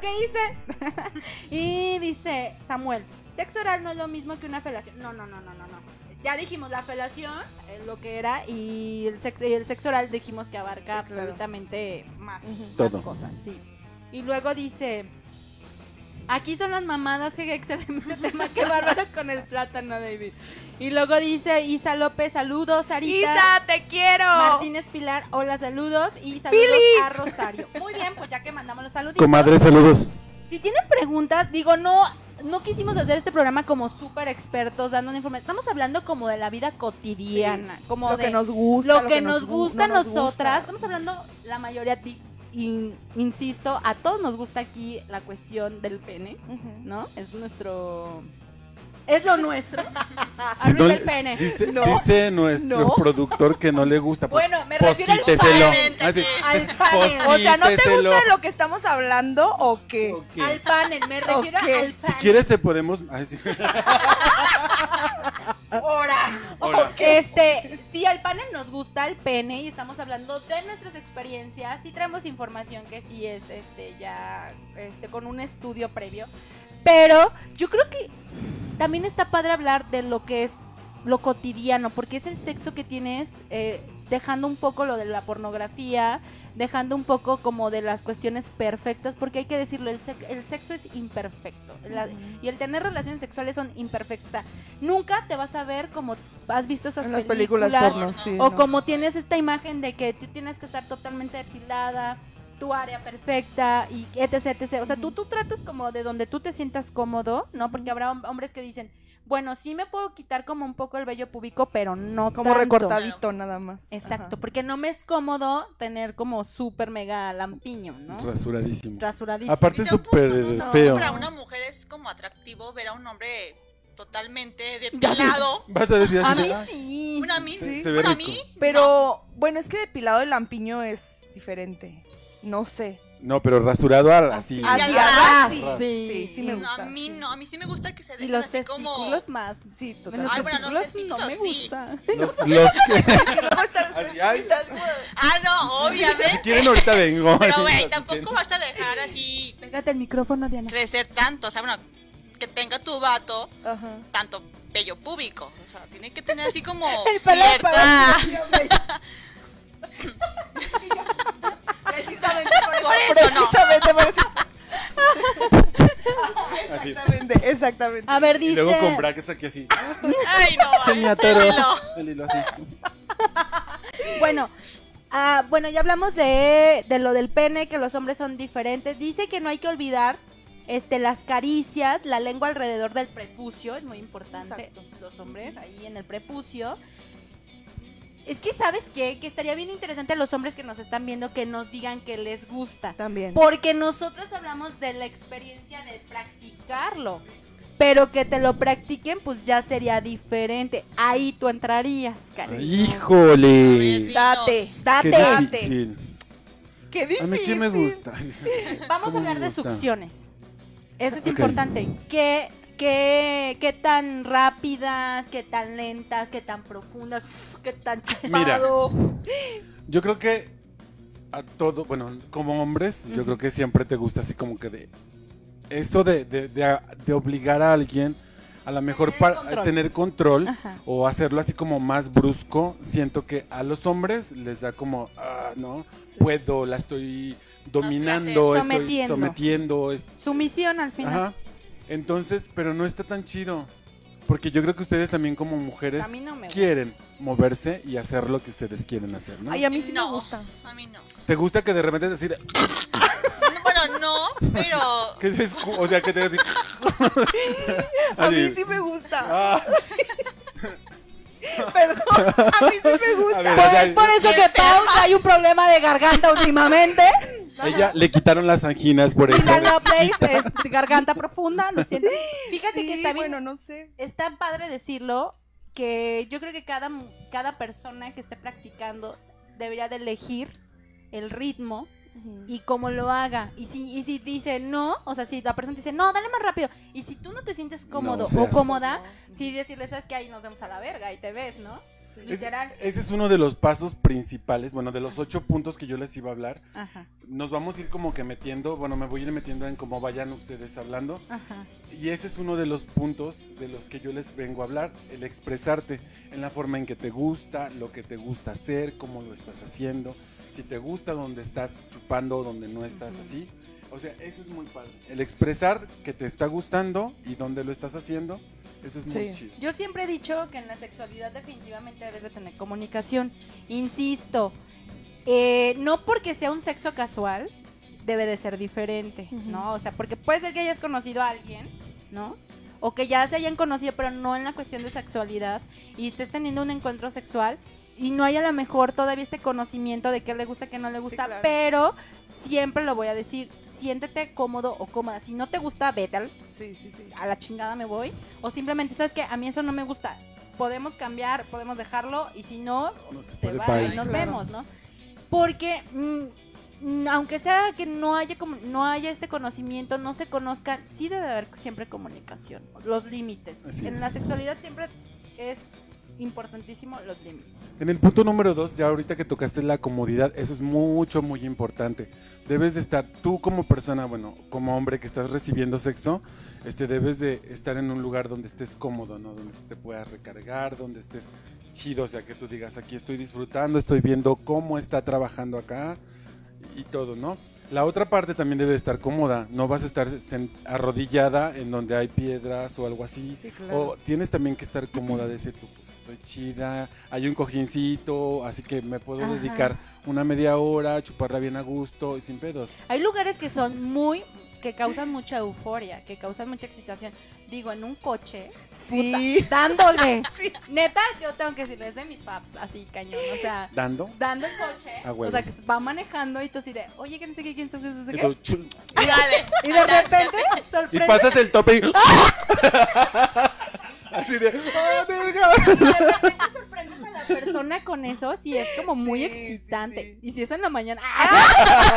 ¿Qué hice? y dice Samuel, sexo oral no es lo mismo que una felación. No, no, no, no, no, no. Ya dijimos la felación, es lo que era, y el sexo, el sexo oral dijimos que abarca
Sí, claro.
absolutamente más, más
Todo.
cosas, sí. Y luego dice, aquí son las mamadas, que (laughs) excelente tema, qué bárbaro con el plátano, David. Y luego dice Isa López, saludos, Sarita.
Isa, te quiero.
Martínez Pilar, hola, saludos y saludos a Rosario. Muy bien, pues ya que mandamos los saluditos.
Comadre, saludos.
Si tienen preguntas, digo, no, no quisimos hacer este programa como súper expertos dando información. Estamos hablando como de la vida cotidiana, como
Lo
de
que nos gusta.
lo que, nos, gusta a
no nos
nosotras.
gusta.
Estamos hablando, la mayoría, ti- in- insisto, a todos nos gusta aquí la cuestión del pene,
Ujú.
¿no? Es nuestro... Es lo
(laughs)
nuestro.
Si no
Arriba el
le-
pene.
Dice,
No.
dice nuestro
No.
productor que no le gusta. pues,
Bueno, me refiero al
posquíteselo. Ah,
panel.
Así.
Al panel.
O sea, ¿no te
Quíteselo.
gusta lo que estamos hablando o qué?
Ok.
Al panel, me refiero
Ok.
al panel.
Si quieres te podemos... ay, sí. Ahora.
(laughs) Este, sí, al panel nos gusta el pene y estamos hablando de nuestras experiencias y traemos información que sí es este ya este con un estudio previo, pero yo creo que también está padre hablar de lo que es lo cotidiano, porque es el sexo que tienes eh, dejando un poco lo de la pornografía, dejando un poco como de las cuestiones perfectas, porque hay que decirlo, el, sex- el sexo es imperfecto la- y el tener relaciones sexuales son imperfectas. O sea, nunca te vas a ver como has visto esas
En las películas porno, sí.
o
no.
como tienes esta imagen de que tú tienes que estar totalmente depilada, tu área perfecta y etc, etc. O sea, tú, tú tratas como de donde tú te sientas cómodo, ¿no? Porque habrá hom- hombres que dicen, bueno, sí me puedo quitar como un poco el vello púbico, pero no
Como
tanto".
recortadito nada más.
Exacto, porque no me es cómodo tener como súper mega lampiño, ¿no?
Rasuradísimo.
Rasuradísimo.
Aparte es
tampoco,
súper
¿no? Tampoco
feo.
Para una mujer es como atractivo ver a un hombre totalmente depilado.
Vas a decir
A
así.
mí
de, "Ay,
sí.
Una mí,
Sí, se ve
una
rico.
mí.
Ajá. Pero bueno, es que depilado el lampiño es diferente. No sé.
No, pero rasurado a- así.
Así.
Hacia
atrás,
atrás,
sí.
Sí, sí, sí me
No,
gusta.
a mí no, a mí sí me gusta que se
Y
dejen
los
así como.
testículos más.
Sí, total.
Los
Ay, bueno, los
testículos no me
testículos sí.
gusta.
Los,
(laughs)
los que Ay, ay,
Ah, no,
si
obviamente.
quieren ahorita vengo.
Pero, güey, tampoco vas a dejar así
Pégate el micrófono, Diana.
crecer tanto. O sea, bueno, que tenga tu vato
Ajá.
tanto pello público. O sea, tiene que tener así como
El pelo
cierta. (laughs)
para-
(laughs) Precisamente por
Por eso no.
Precisamente por eso.
Así.
Exactamente, exactamente.
A ver, dice.
Y luego con brackets aquí así.
Ay, no.
Se
ay,
me atoró.
déjalo.
El hilo así.
Bueno, ah, bueno, ya hablamos de, de lo del pene, que los hombres son diferentes. Dice que no hay que olvidar este, las caricias, la lengua alrededor del prepucio, es muy importante. Los hombres ahí en el prepucio. Es que, ¿sabes qué? Que estaría bien interesante a los hombres que nos están viendo que nos digan que les gusta.
También.
Porque nosotros hablamos de la experiencia de practicarlo. Pero que te lo practiquen, pues ya sería diferente. Ahí tú entrarías, Karen.
A ver,
Híjole.
dinos.
Date.
Qué
Date.
difícil.
Qué
A
difícil.
mí qué me gusta.
Vamos a
¿Cómo me
hablar de
gusta?
succiones. Eso es
Ok.
importante. ¿Qué, qué, ¿Qué tan rápidas, qué tan lentas, qué tan profundas, qué tan chupado?
Yo creo que a todo, bueno, como hombres, yo creo que siempre te gusta así como que de esto de, de, de- de obligar a alguien a lo mejor
Tener
para
control.
a tener control
Ajá.
o hacerlo así como más brusco, siento que a los hombres les da como, ah, no, puedo, la estoy dominando,
placer.
estoy
Sometiendo.
sometiendo, es-
Sumisión al final.
Ajá. Entonces, pero no está tan chido. Porque yo creo que ustedes también como mujeres
A mí no me gusta.
quieren moverse y hacer lo que ustedes quieren hacer, ¿no?
Ay, a mí sí
No,
me gusta.
A mí no.
¿Te gusta que de repente es así de-
No, Bueno, no, pero.
que se escu- o sea, que te así?
(laughs) A
Así.
mí sí me gusta.
Ah,
(laughs) Perdón. A mí sí me gusta.
a ver,
Pues
o sea,
es por eso que Pau hay un problema de garganta últimamente.
ella le quitaron las anginas por eso.
Mira, Lovelace, es garganta profunda, lo siento. Fíjate
Sí,
que está bien.
Bueno, no sé.
está padre decirlo que yo creo que cada, mu- cada persona que esté practicando debería de elegir el ritmo y cómo lo haga. Y si, y si dice no, o sea, si la persona dice no, dale más rápido. Y si tú no te sientes cómodo
No seas-
o cómoda, sí decirle, sabes que ahí nos vemos a la verga y te ves, ¿no?
Ese-
Literal.
ese es uno de los pasos principales, bueno, de los ocho puntos que yo les iba a hablar.
Ajá,
Nos vamos a ir como que metiendo, bueno, me voy a ir metiendo en cómo vayan ustedes hablando.
ajá.
Y ese es uno de los puntos de los que yo les vengo a hablar, el expresarte en la forma en que te gusta, lo que te gusta hacer, cómo lo estás haciendo, si te gusta donde estás chupando, donde no estás así. O sea, eso es muy padre. El expresar que te está gustando y dónde lo estás haciendo, eso es muy
Sí.
chido.
Yo siempre he dicho que en la sexualidad definitivamente debes de tener comunicación. Insisto, eh, no porque sea un sexo casual, debe de ser diferente, ¿no? O sea, porque puede ser que hayas conocido a alguien ¿no? O que ya se hayan conocido, pero no en la cuestión de sexualidad, y estés teniendo un encuentro sexual y no hay a lo mejor todavía este conocimiento de qué le gusta, qué no le gusta,
claro.
pero siempre lo voy a decir, siéntete cómodo o cómoda. Si no te gusta, vete al
Sí, sí, sí.
a la chingada me voy. O simplemente, ¿sabes qué? A mí eso no me gusta. Podemos cambiar, podemos dejarlo. Y si no, te
puede,
vas
bye.
y nos
Claro.
vemos, ¿no? Porque, mm, mm, aunque sea que no haya, como- no haya este conocimiento, no se conozcan, sí debe haber siempre comunicación. Los límites.
Así
en
es.
la sexualidad siempre es importantísimo los límites.
En el punto número dos, ya ahorita que tocaste la comodidad, eso es mucho, muy importante. Debes de estar tú como persona, bueno, como hombre que estás recibiendo sexo, este, debes de estar en un lugar donde estés cómodo, ¿no? Donde te puedas recargar, donde estés chido, o sea, que tú digas, aquí estoy disfrutando, estoy viendo cómo está trabajando acá y todo, ¿no? La otra parte también debe de estar cómoda, no vas a estar sen- arrodillada en donde hay piedras o algo así.
Sí, claro.
O tienes también que estar cómoda de decir, tú, pues estoy chida, hay un cojincito, así que me puedo
Ajá.
dedicar una media hora, chuparla bien a gusto y sin pedos.
Hay lugares que son muy que causan mucha euforia, que causan mucha excitación. Digo, en un coche,
Sí.
puta,
(laughs)
dándole. Neta, yo tengo que decirles de mis paps, así cañón, o sea,
¿Dando?
dando el coche,
Ah,
o
huevo.
sea, que va manejando y tú así de, "Oye, que no sé qué, quién sabe qué, no sé
(laughs) Y,
qué".
tú, chu-
Y (laughs) dale.
Y de repente
y
sorprende,
pasas el tope y... (laughs) así de... ¡Ah, verga!
(laughs) de repente sorprendes a la persona con eso, si es como muy
Sí, sí,
excitante.
sí.
Y si es en la mañana, ¡ah!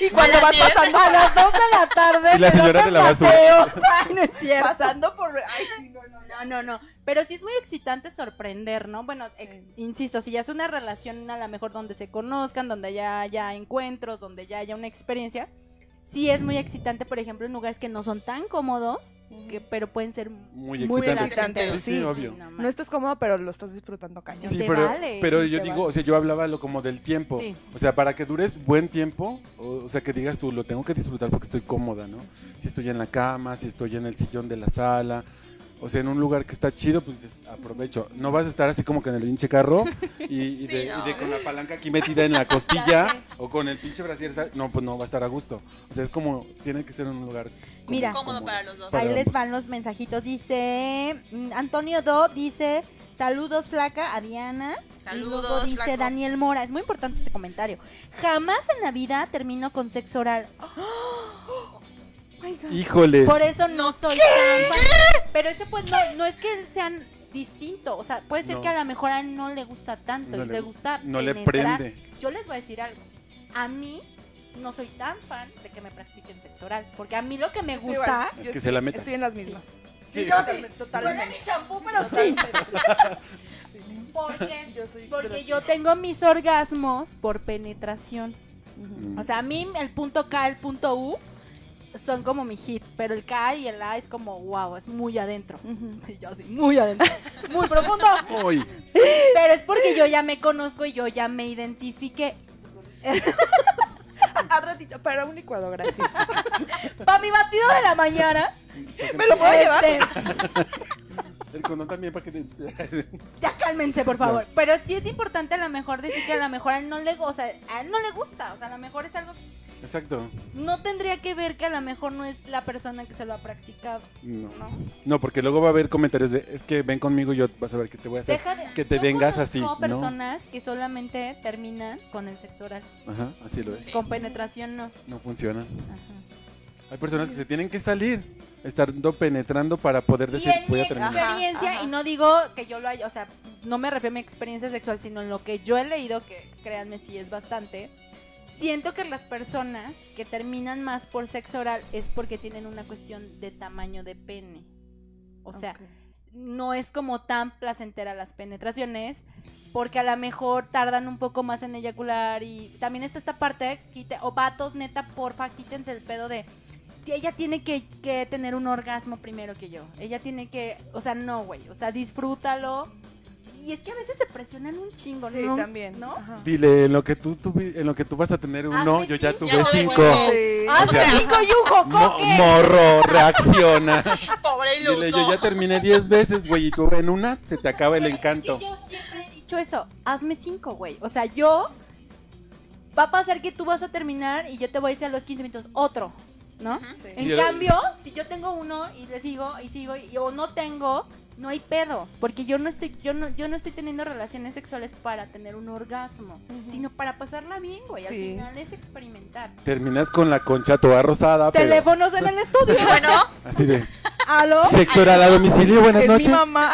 Y cuando vas (laughs) pasando,
a las dos de la tarde,
Y (laughs) la
te lo
señora de la
paseo. Ay, (laughs) no es cierto.
pasando por. Ay, sí, no, no, no.
No, no, no. Pero sí es muy excitante sorprender, ¿no? Bueno, ex- insisto, si ya es una relación a lo mejor donde se conozcan, donde ya haya encuentros, donde ya haya una experiencia, sí es muy excitante, por ejemplo, en lugares que no son tan cómodos, que, pero pueden ser...
Muy
Muy
excitante.
excitante,
Sí, sí,
sí.
obvio.
Sí, no
No
más.
estás cómodo, pero lo estás disfrutando cañón.
Sí,
te
pero,
vale,
pero
sí,
yo
te
digo,
vale.
o sea, yo hablaba lo como del tiempo.
Sí.
O sea, para que dures buen tiempo, o, o sea, que digas tú, lo tengo que disfrutar porque estoy cómoda, ¿no? Si estoy en la cama, si estoy en el sillón de la sala, o sea, en un lugar que está chido, pues dices, aprovecho. No vas a estar así como que en el pinche carro y, y
(laughs)
Sí,
de,
no.
y de con la palanca aquí metida en la
Ya
costilla
sé.
o con el pinche brasier. ¿sabes? No, pues no va a estar a gusto. O sea, es como, tiene que ser un lugar como
Mira.
Cómodo para los dos.
para
Ahí les
ambos.
van los mensajitos. Dice mm, Antonio Do, dice saludos flaca a Diana.
Saludos,
Y luego dice
flaco.
Daniel Mora. Es muy importante este comentario. Jamás en la vida termino con sexo oral.
Híjoles.
Por eso no soy tan fan. Pero este pues no, no es que sean distinto, o sea, puede ser
No.
que a lo mejor a él no le gusta tanto,
No
y
le
le
gu-
gusta
no le
penetrar.
prende.
Yo les voy a decir algo. A mí no soy tan fan de que me practiquen sexo oral, porque a mí lo que me
Estoy
gusta
igual.
Es
Yo
que
estoy-
se la metan.
Estoy en las mismas.
Sí.
totalmente.
Huele
totalmente.
mi champú, pero sí.
Totalmente. Sí.
Porque
Yo soy.
porque yo tengo mis orgasmos por penetración.
Mm.
O sea, a mí el punto K, el punto U son como mi hit, pero el K y el A es como wow, es muy adentro. Y (laughs) yo así, muy adentro, muy profundo. (laughs)
Ay,
Pero es porque yo ya me conozco y yo ya me identifiqué.
Al ratito, para un licuado, gracias.
Para mi batido de la mañana.
(laughs) ¿Me lo puedo llevar?
este,
el condón también para que te... (laughs)
Ya cálmense, por favor. Pero sí es importante a lo mejor decir que a lo mejor a él no le, o sea, a él no le gusta. O sea, a lo mejor es algo
Exacto.
no tendría que ver que a lo mejor no es la persona que se lo ha practicado,
No.
¿no?
No, porque luego va a haber comentarios de, es que ven conmigo y yo vas a ver que te voy a hacer.
Deja de,
que te
yo
vengas
conozco
así, ¿no?
personas que solamente terminan con el sexo oral,
Ajá, así lo es.
con penetración no.
No funciona.
Ajá.
Hay personas que se tienen que salir, estando penetrando para poder
Y
decir,
en mi
voy a terminar.
Ajá,
experiencia,
ajá.
y no digo que yo lo haya, o sea, no me refiero a mi experiencia sexual, sino en lo que yo he leído, que créanme si es bastante, siento que las personas que terminan más por sexo oral es porque tienen una cuestión de tamaño de pene. O sea, no es como tan placentera las penetraciones porque a lo mejor tardan un poco más en eyacular y también está esta parte quite- o vatos neta porfa quítense el pedo de que ella tiene que, que tener un orgasmo primero que yo ella tiene que o sea no güey o sea disfrútalo y es que a veces se presionan un chingo
Sí,
no
también.
no
Ajá.
Dile, en lo, que tú, tuvi- en lo que tú vas a tener uno,
Hazme
yo ya
Ah, sí,
tuve
ya tuve
cinco.
cinco.
Sí.
Ah,
O sea,
chico yujo
Mo-
coque
morro, reacciona.
(laughs)
Pobre iluso.
Dile, yo ya terminé diez veces, güey, y tú en una se te acaba el
Pero es que
encanto.
yo siempre he dicho eso, hazme cinco, güey. O sea, yo va a pasar que tú vas a terminar y yo te voy a decir a los 15 minutos otro.
¿no?
Sí.
En
Y el-
cambio, si yo tengo uno y le sigo y sigo y o no tengo, no hay pedo, porque yo no estoy yo no yo no estoy teniendo relaciones sexuales para tener un orgasmo, sino para pasarla bien, güey, al
Sí.
final es experimentar.
Terminas con la concha toda rosada, pero
Teléfonos en el estudio.
Sí, bueno,
así de
¿Aló?
sexo oral a domicilio, buenas
Es mi
noches.
(laughs) mamá.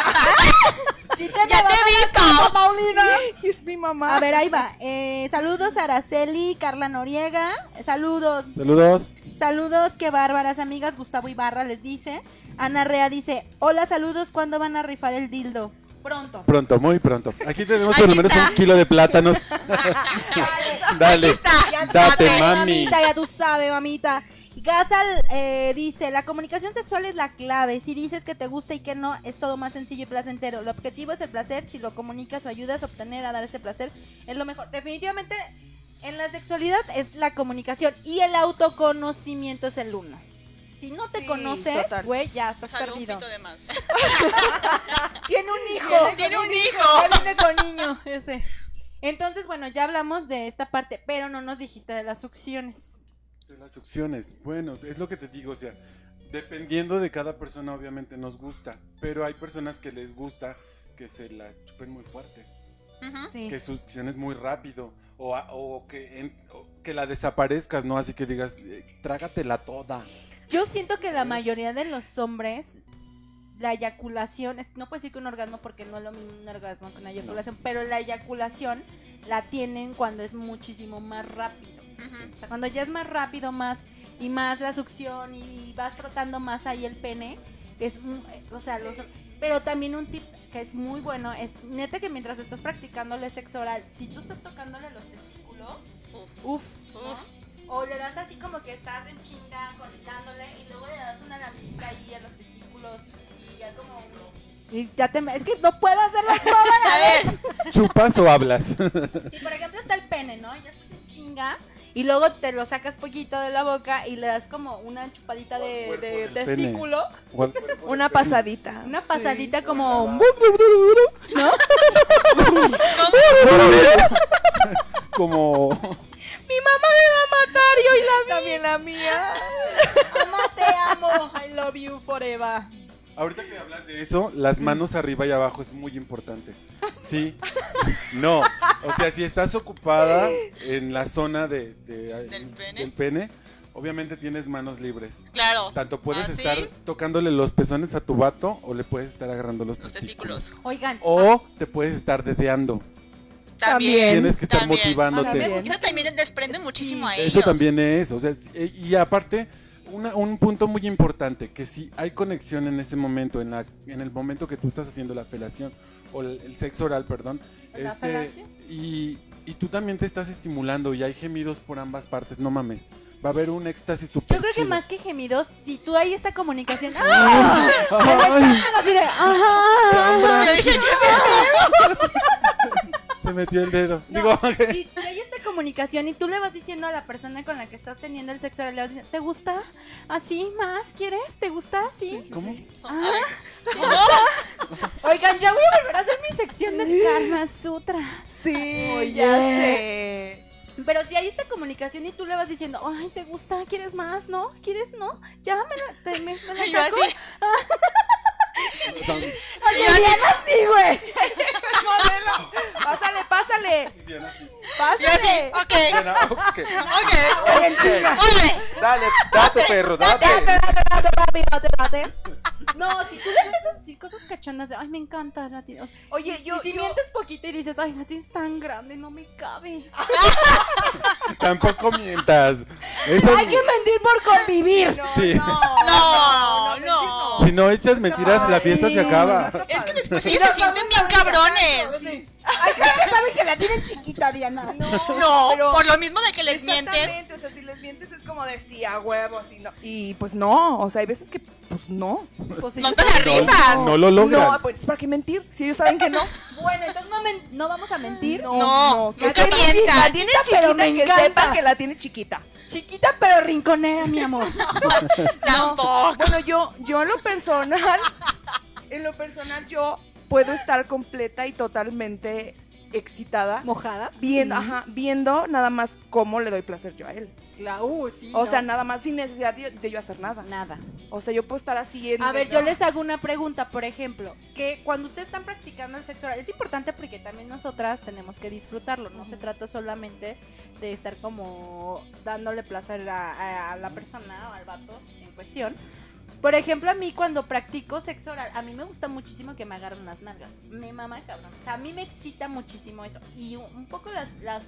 ya te vi, Pau.
Paulina.
Es mi mamá.
A ver, ahí va. Eh, saludos a Araceli, Carla Noriega. Saludos,
Saludos.
saludos, que bárbaras amigas. Gustavo Ibarra les dice. Ana Rea dice, hola, saludos, ¿cuándo van a rifar el dildo? Pronto.
Pronto, muy pronto. Aquí tenemos
Aquí
por lo menos
está.
un kilo de plátanos. Dale,
está.
date
Date,
mami.
Mamita, ya tú sabes, mamita. Gasal eh, dice, la comunicación sexual es la clave. Si dices que te gusta y que no, es todo más sencillo y placentero. El objetivo es el placer. Si lo comunicas o ayudas a obtener, a dar ese placer, es lo mejor. Definitivamente, en la sexualidad es la comunicación y el autoconocimiento es el uno. Si no te
Sí,
conoces,
total.
güey, ya estás
Salió un
perdido.
pito de más. (laughs)
Tiene un hijo.
Tiene un hijo.
Ya viene con niño, ese. Entonces, bueno, ya hablamos de esta parte, pero no nos dijiste de las succiones.
De las succiones. Bueno, es lo que te digo, o sea, dependiendo de cada persona obviamente nos gusta, pero hay personas que les gusta que se las chupen muy fuerte,
Ujú.
Sí.
que succiones muy rápido o, a- o que, en- o que la desaparezcas, ¿no? Así que digas, eh, trágatela toda.
Yo siento que la mayoría de los hombres, la eyaculación, es- no puedo decir que un orgasmo porque no es lo mismo un orgasmo que una eyaculación, pero la eyaculación la tienen cuando es muchísimo más rápido.
Ujú.
O sea, cuando ya es más rápido, más y más la succión y vas frotando más ahí el pene, es, un- eh, o sea, los- pero también un tip que es muy bueno es neta que mientras estás practicándole sexo oral, si tú estás tocándole los testículos, uff,
Uf.
o le das así como que estás en chinga conectándole y luego le das una lamidita ahí a los testículos y ya como y ya te me- es que no puedo hacerlo todo
A ver,
¿Chupas o hablas?
si por ejemplo está el pene no y ya estás en chinga y luego te lo sacas poquito de la boca y le das como una chupadita de,
Cuerpo
de
del pene.
testículo
(laughs) O al-
Una pasadita.
una
Sí.
pasadita como
Como...
También la mía.
(laughs) mamá te amo I love you forever
Ahorita que hablas de eso, las manos arriba y abajo es muy importante. Sí. No. O sea, si estás ocupada en la zona de, de-
Del pene.
pene, obviamente tienes manos libres.
claro.
Tanto puedes
Así,
estar tocándole los pezones a tu vato o le puedes estar agarrando los,
Los testículos.
oigan
O te puedes estar dedeando.
También.
También.
Tienes que estar
También.
motivándote.
También.
Eso también desprende muchísimo a ellos.
Eso también es, o sea, eh, y aparte, una- un punto muy importante, que si hay conexión en ese momento, en, la, en el momento que tú estás haciendo la felación, o el, el sexo oral, perdón, este,
¿La felación?
y, y tú también te estás estimulando y hay gemidos por ambas partes, no mames, va a haber un éxtasis súper
yo creo que
chido. (laughs)
más que gemidos si tú hay esta comunicación (laughs) ¡Ah!
¡Ay!
Así de, ajá. (laughs)
Chambra,
Yo dije, "Ya".
se metió el dedo.
No,
Digo,
si hay esta comunicación y tú le vas diciendo a la persona con la que estás teniendo el sexo, le vas diciendo, ¿te gusta? ¿Así? ¿Más? ¿Quieres? ¿Te gusta? ¿Sí? (laughs)
¿cómo?
Oigan, ya voy a volver a hacer mi sección del Karma Sutra.
Sí,
Oye.
ya sé.
Pero si hay esta comunicación y tú le vas diciendo, ay, ¿te gusta? ¿Quieres más? ¿No? ¿Quieres? ¿No? ¿Ya me la, te, me, (laughs) me la
Yo
saco?
así.
Oye, bien así, güey.
Modelo. Pásale, pásale.
Diana, sí.
Yo así.
Pásale.
Ok.
Diana, ok.
Ok. Ole.
Dale, date perro, date.
Espérate, espérate. No, si tú le empiezas a decir cosas cachondas de, ay, me encanta la tienes.
Oye, yo,
y si
yo-
mientes poquito y dices, ay, la tienes tan grande, no me cabe.
Tampoco mientas. Eso-
Hay que mentir por convivir.
No,
Sí.
no.
No, no.
Si no echas mentiras, la fiesta se acaba.
Es que después ellos se sienten bien cabrones.
Hay gente que sabe que la tienen chiquita, Diana.
No,
pero-
por lo mismo de que les mienten.
Exactamente, o sea, si les mientes es como de sí, a huevo, así no. Y pues no, o sea, hay veces que pues no.
No te la rifas.
No lo logran.
No, pues ¿para qué mentir? Si ellos saben
(laughs)
que no.
Bueno, entonces no, men- no vamos a mentir.
No,
que
no se
sepa- La
mientan.
tiene
pero
chiquita,
me
que
encanta.
sepa que la tiene chiquita.
Chiquita pero rinconera, mi amor.
Tampoco.
(laughs) Bueno, yo, yo en lo personal, en lo personal yo puedo estar completa y totalmente excitada
¿Mojada?
viendo, ajá, viendo nada más cómo le doy placer yo a él.
La U, sí.
O
no.
sea, nada más sin necesidad de, de yo hacer nada.
nada.
O sea, yo puedo estar así en...
A ver, yo les hago una pregunta, por ejemplo, que cuando ustedes están practicando el sexo oral, es importante porque también nosotras tenemos que disfrutarlo, no se trata solamente de estar como dándole placer a, a- a la persona o al vato en cuestión. Por ejemplo, a mí cuando practico sexo oral, a mí me gusta muchísimo que me agarren las nalgas. Me mama cabrón. O sea, a mí me excita muchísimo eso. Y un- un poco las, las,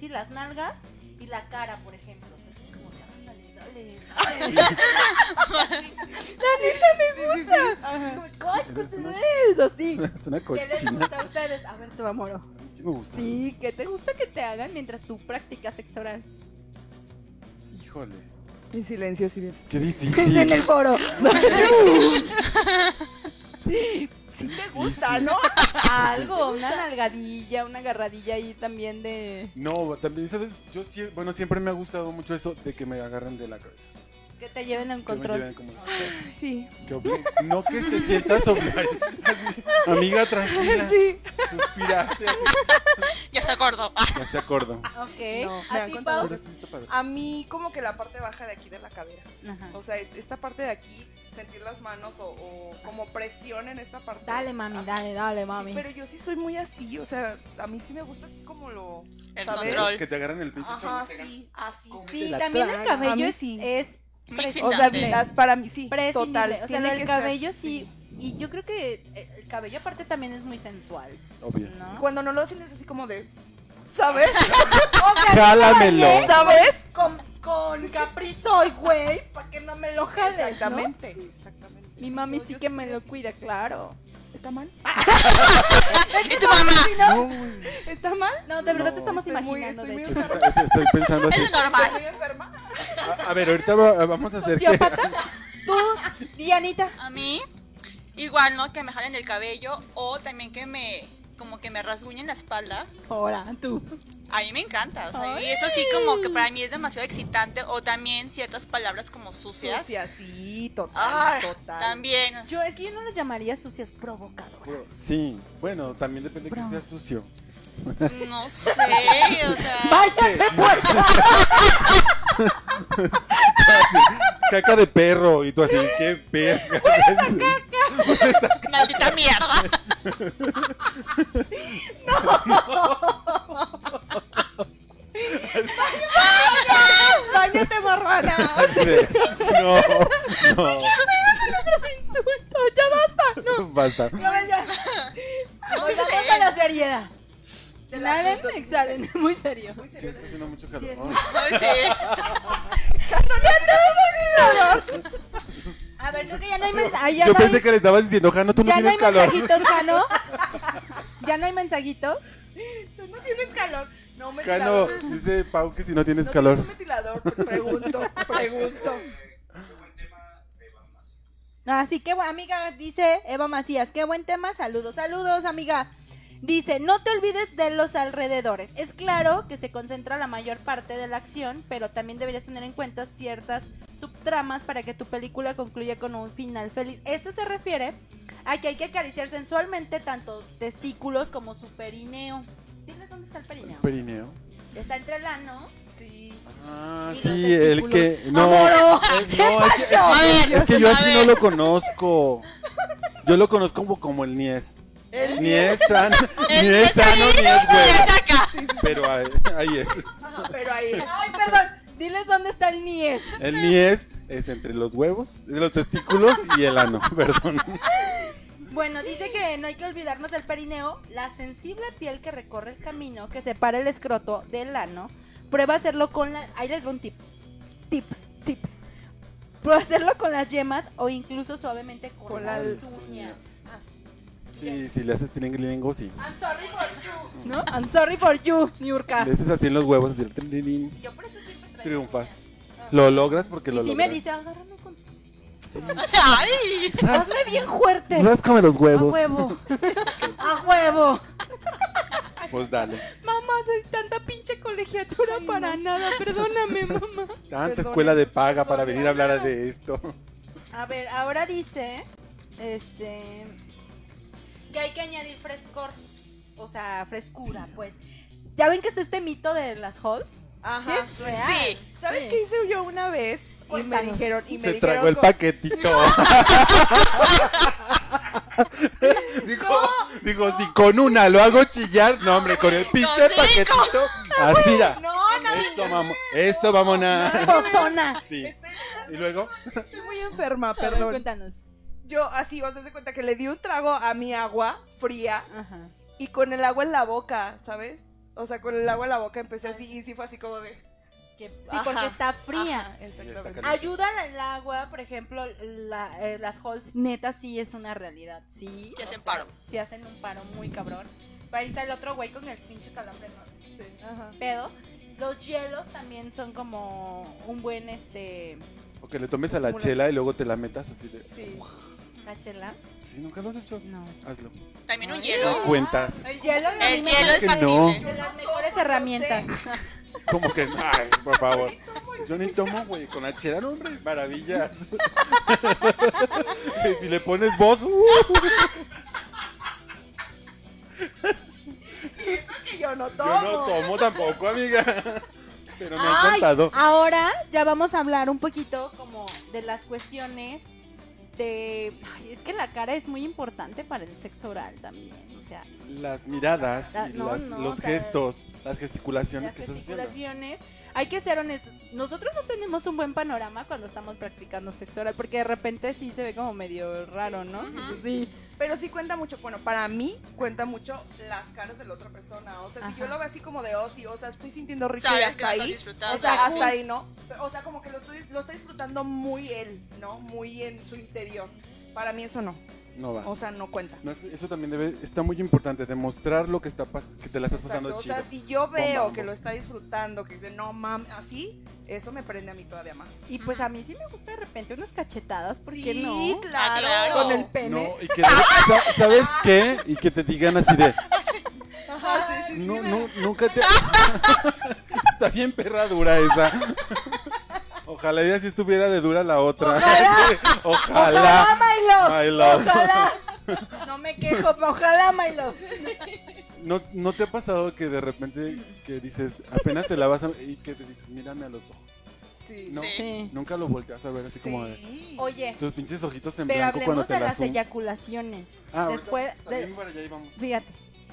sí, las nalgas y la cara, por ejemplo. O sea, así como que, ándale, dale, dale. Es así.
Es una
¿Qué les
cochina.
gusta a ustedes? A ver, tu amor.
Sí me gusta.
Sí, ¿qué te gusta que te hagan mientras tú practicas sexo
(laughs)
oral?
Híjole.
En silencio, sí bien.
Qué difícil.
En el foro.
Sí te gusta, ¿no? Ah,
Algo, una nalgadilla, una agarradilla ahí también de...
No, también, ¿sabes? Yo sí, bueno, siempre me ha gustado mucho eso de que me agarren de la cabeza.
Que te lleven en
Que me
control.
lleven como-
Sí.
que obli- No que te sientas obligada. Así, Amiga, tranquila.
Sí.
Suspiraste.
Ya se acordó. Ah,
Ya se acordó.
Ok.
No, me
¿A
han
ti,
contado
Pau?
Ahora sí está padre.
A mí como que la parte baja de aquí de la cadera.
Ajá.
O sea, es- esta parte de aquí, sentir las manos o, o como presión en esta parte. Ah,
Dale, mami, dale, dale, mami.
Sí, pero yo sí soy muy así, o sea, a mí sí me gusta así como lo...
El
¿Sabes?
control.
Que te agarran el pinche
Ajá,
chongo, te agarran-
sí, así.
Sí,
la
también el
traga.
A mí
cabello es...
sí.
es
Muy
O sea,
excitante.
las- para mí sí,
prescindible.
total.
o sea,
tiene
lo del
que ser.
cabello sí. Y yo creo que eh, el cabello aparte también es muy sensual,
Obvio.
¿no?
Cuando no lo hacen es así como de...
(laughs)
¿Sabes?
Jálamelo.
¿Sabes?
Con, con Capri soy, güey, para que no me lo jales, ¿no?
Exactamente. Exactamente.
Mi mami
yo-
sí
yo
que me
soy
lo
así.
cuida, claro.
¿Está mal?
¿Y tu mamá?
No,
¿Está mal?
No, de verdad
No.
te estamos
Estoy muy-
imaginando,
estoy
de
muy
hecho.
está- está- estoy pensando así.
Es lo normal.
pues.
¿Estoy enferma?
A, a ver, ahorita va- eh, vamos a hacer que.
¿Sociópata? Tú, Dianita.
A mí, igual, ¿no? Que me jalen el cabello o también que me, como que me rasguñen la espalda.
Ahora, tú.
A mí me encanta, o sea, y eso sí como que para mí es demasiado excitante o también ciertas palabras como sucias.
Sí, así, total,
Ah,
total.
también. o sea,
Yo, es que yo no las llamaría sucias provocadoras.
Sí, bueno, también depende que sea sucio.
No sé, o sea,
¡Vaya!
Caca de perro y tú así, qué verga. (laughs)
maldita mierda.
¡Báñate, marrana!
Así de, No, no.
¡Insulto! ¡Ya basta!
(laughs) Basta.
(laughs) Ahora ya.
No
Vamos a
sé.
la seriedad. Salen, exhalen. Muy serio.
Sí, está haciendo mucho calor.
No sé.
A ver, creo que ya no hay mensajitos,
Yo pensé que le estabas diciendo, Jano, tú no
ya no hay
tienes calor.
mensajitos,
(laughs)
Jano. Ya no hay mensajitos.
No tienes calor. No me
Jano, dice Pau que si no tienes calor.
¿No tienes un ventilador? Pregunto, pregunto.
Así que, bueno, amiga, dice Eva Macías, qué buen tema, saludos, saludos, amiga.
Dice, no te olvides de los alrededores. Es claro que se concentra la mayor parte de la acción, pero también deberías tener en cuenta ciertas subtramas para que tu película concluya con un final feliz. Esto se refiere a que hay que acariciar sensualmente tanto testículos como su perineo. ¿Tienes dónde está el perineo?
Perineo.
Está entre el ano.
Sí.
Ah,
Y los
sí, el
testículos.
que. No,
Amor,
eh, no, es que- es que-
A
(laughs)
ver,
Es que yo
a
así no
ver.
lo conozco. Yo lo conozco como, como el Nies. ni es
(laughs)
sano,
El
ni
que
es
está
sano,
ahí,
ni es
ya
bueno.
está acá.
Pero ahí, ahí es.
Pero ahí.
Ay, perdón. Diles dónde está el niés.
El Nies es entre los huevos, los testículos y el ano. (laughs) Perdón.
Bueno, dice que no hay que olvidarnos del perineo, la sensible piel que recorre el camino que separa el escroto del ano. Prueba hacerlo con la... Ahí les doy un tip. Tip, tip. Prueba hacerlo con las yemas o incluso suavemente con,
Con
las,
las
uñas. Así.
Sí, si le haces tringlilingo, sí.
I'm sorry for you. ¿No? I'm sorry for you, Niurka.
Le haces así en los huevos, así el tringlilín,
Yo por eso siempre traigo
triunfas.
uñas.
Lo logras porque
Ah. Y
lo
si me
logras.
dice, agárrame
(laughs)
con...
Ay,
Hazme bien fuerte.
Ráscame los
A
huevos.
huevo.
(laughs)
A huevo.
Pues dale.
Mamá, soy tanta pinche colegiatura para nada. Perdóname, mamá.
Tanta escuela de paga para venir a hablar de esto.
A ver, ahora dice, este, que hay que añadir frescor o sea, frescura, pues. ¿Ya ven que está este mito de las halls?
Ajá.
Es real.
Sí.
¿Sabes qué hice yo una vez? Y me
Cuéntanos.
dijeron, y me
Se
dijeron
tragó el
con-
paquetito. (laughs) dijo, dijo, si con una lo hago chillar, no hombre, con el pinche
cinco.
paquetito. Así ya.
No, no,
Esto, vamos, esto, mamona.
Pozona.
(laughs) Sí. Y luego,
estoy muy enferma,
A ver,
perdón.
Cuéntanos.
Yo así, o sea, se cuenta que le di un trago a mi agua fría
Ajá.
y con el agua en la boca, ¿sabes? O sea, con el agua en la boca empecé así y sí fue así como de...
Que- sí,
Ajá.
porque está fría.
Ajá, exactamente.
caliente.
Ayudan al agua, por ejemplo, la- eh, las halls netas sí es una realidad, sí.
Sí hacen
O sea,
paro.
Sí hacen un paro muy cabrón. Pero ahí está el otro güey con el pinche calambre, ¿no?
Sí.
Ajá. Pero los hielos también son como un buen, este,
o que le tomes a la chela y luego te la metas así de.
Sí.
cachela.
Sí, nunca lo has hecho.
No.
Hazlo.
También un
No
hielo.
cuentas.
El hielo. a mí
El
no
hielo
me-
es
que
factible.
de las mejores herramientas.
Como que, ay, por favor. Yo ni tomo, güey, con la chela, no, hombre, maravillas. (laughs) Y si le pones voz, uh,
Que (laughs) yo no tomo.
yo no tomo tampoco, amiga. Pero me han
Ay, Ah.
contado.
Ahora ya vamos a hablar un poquito como de las cuestiones de... Ay, es que la cara es muy importante para el sexo oral también, o sea,
Las miradas,
Ah,
y
no,
las-
no,
los
o sea,
gestos, las gesticulaciones
las
que estás haciendo.
gesticulaciones. Hay que ser honestos. Nosotros no tenemos un buen panorama cuando estamos practicando sexo oral, porque de repente sí se ve como medio raro, ¿no? Sí, sí, sí.
Pero sí cuenta mucho, bueno, para mí cuenta mucho las caras de la otra persona. O sea, si
Ajá.
yo lo veo así como de ocio, o sea, estoy sintiendo rico y
Sabes
hasta
que lo estás
ahí.
disfrutando.
O sea,
sí.
hasta ahí, ¿no? O sea, como que lo, estoy, lo está disfrutando muy él, ¿no? Muy en su interior. Para mí eso no.
No va.
O sea, no cuenta.
No, eso- eso también debe, está muy importante, demostrar lo que está pas- que te la estás pasando
Exacto. O
pues, chido.
sea, si yo veo
Bomba,
que lo
vamos.
está disfrutando, que dice, no mames, así, eso me prende a mí todavía más.
Y pues a mí sí me gusta de repente unas cachetadas, ¿por qué
Sí,
no?
claro.
Ah, claro.
Con el pene.
No, y que sa- ¿sabes qué? Y que te digan así de,
Ajá, sí, sí, sí,
no,
me-
no, nunca te... (laughs) Está bien perra dura esa. Ojalá ella sí estuviera de dura la otra. Ojalá. (laughs) Ojalá. my love.
Ojalá. No me quejo, pero ojalá, my love.
¿No, ¿No te ha pasado que de repente que dices, apenas te la vas a... y que te dices, mírame a los ojos?
Sí.
No,
Sí.
nunca lo volteas a ver así como de...
Sí.
Oye,
Tus pinches ojitos en
pero
blanco cuando
hablemos
te
de
la
las
zoom.
eyaculaciones.
Ah, ahorita
Después, de-
también para allá íbamos.
fíjate,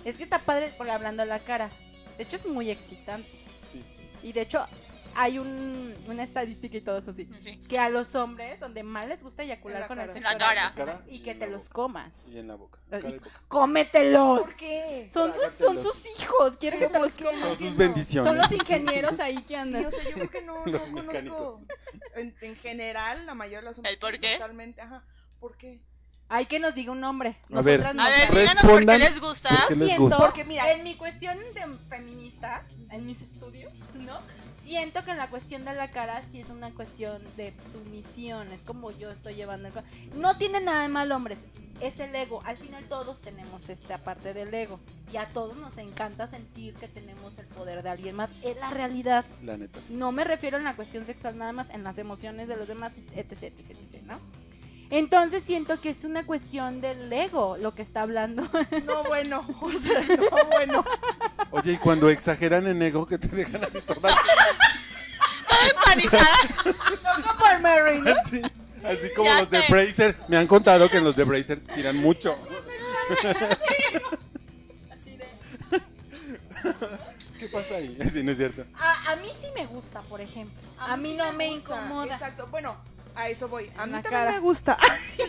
es que está padre por hablando a la cara. De hecho, es muy excitante.
Sí.
Y de hecho, hay un, una estadística y todo eso así.
Sí.
Que a los hombres, donde más les gusta
En
eyacular
la
con el
cara.
En
sexo
la
oral,
cara.
Cara
Y
y
que
en
te
la
los
boca.
comas.
Y en la boca.
Ay,
cara y boca.
¡Cómetelos!
¿Por qué?
Son sus, son
Trágatelos.
sus hijos, quieren que te los comas.
Son sus
Son
bendiciones.
los ingenieros ahí que
Sí,
andan.
o sea, yo creo
(laughs)
que no,
Los
no
mecánicos.
conozco. En, en general, la mayoría de las hombres.
¿El por
sí,
qué?
Totalmente, ajá. ¿Por qué?
Hay que nos diga un nombre.
A ver.
Nosotras no
A ver,
sabemos.
díganos por qué
Respondan.
les gusta.
¿Por qué les
siento,
gusta?
porque mira, en mi cuestión de feminista, en mis estudios, ¿no? Siento que en la cuestión de la cara sí es una cuestión de sumisión, es como yo estoy llevando. el co- No tiene nada de mal, hombres, es el ego. Al final todos tenemos esta parte del ego y a todos nos encanta sentir que tenemos el poder de alguien más. Es la realidad.
La neta, sí.
No me refiero en la cuestión sexual nada más, en las emociones de los demás, etc, etc, etc, ¿no? Entonces siento que es una cuestión del ego lo que está hablando (laughs)
No, bueno. O sea, no, bueno.
Oye, y cuando exageran en ego que te dejan así toda
Toda empanizada.
por Mary, ¿no?
así, así como
Ya
los de
sé.
Bracer. Me han contado que en los de Bracer tiran mucho. ¿Qué pasa ahí? (laughs) Sí, no es cierto.
A, a mí sí me gusta, por ejemplo. A, mí,
sí
no me,
gusta.
incomoda.
Exacto. Bueno, a eso voy. A
En
mí
la
también
cara.
me gusta.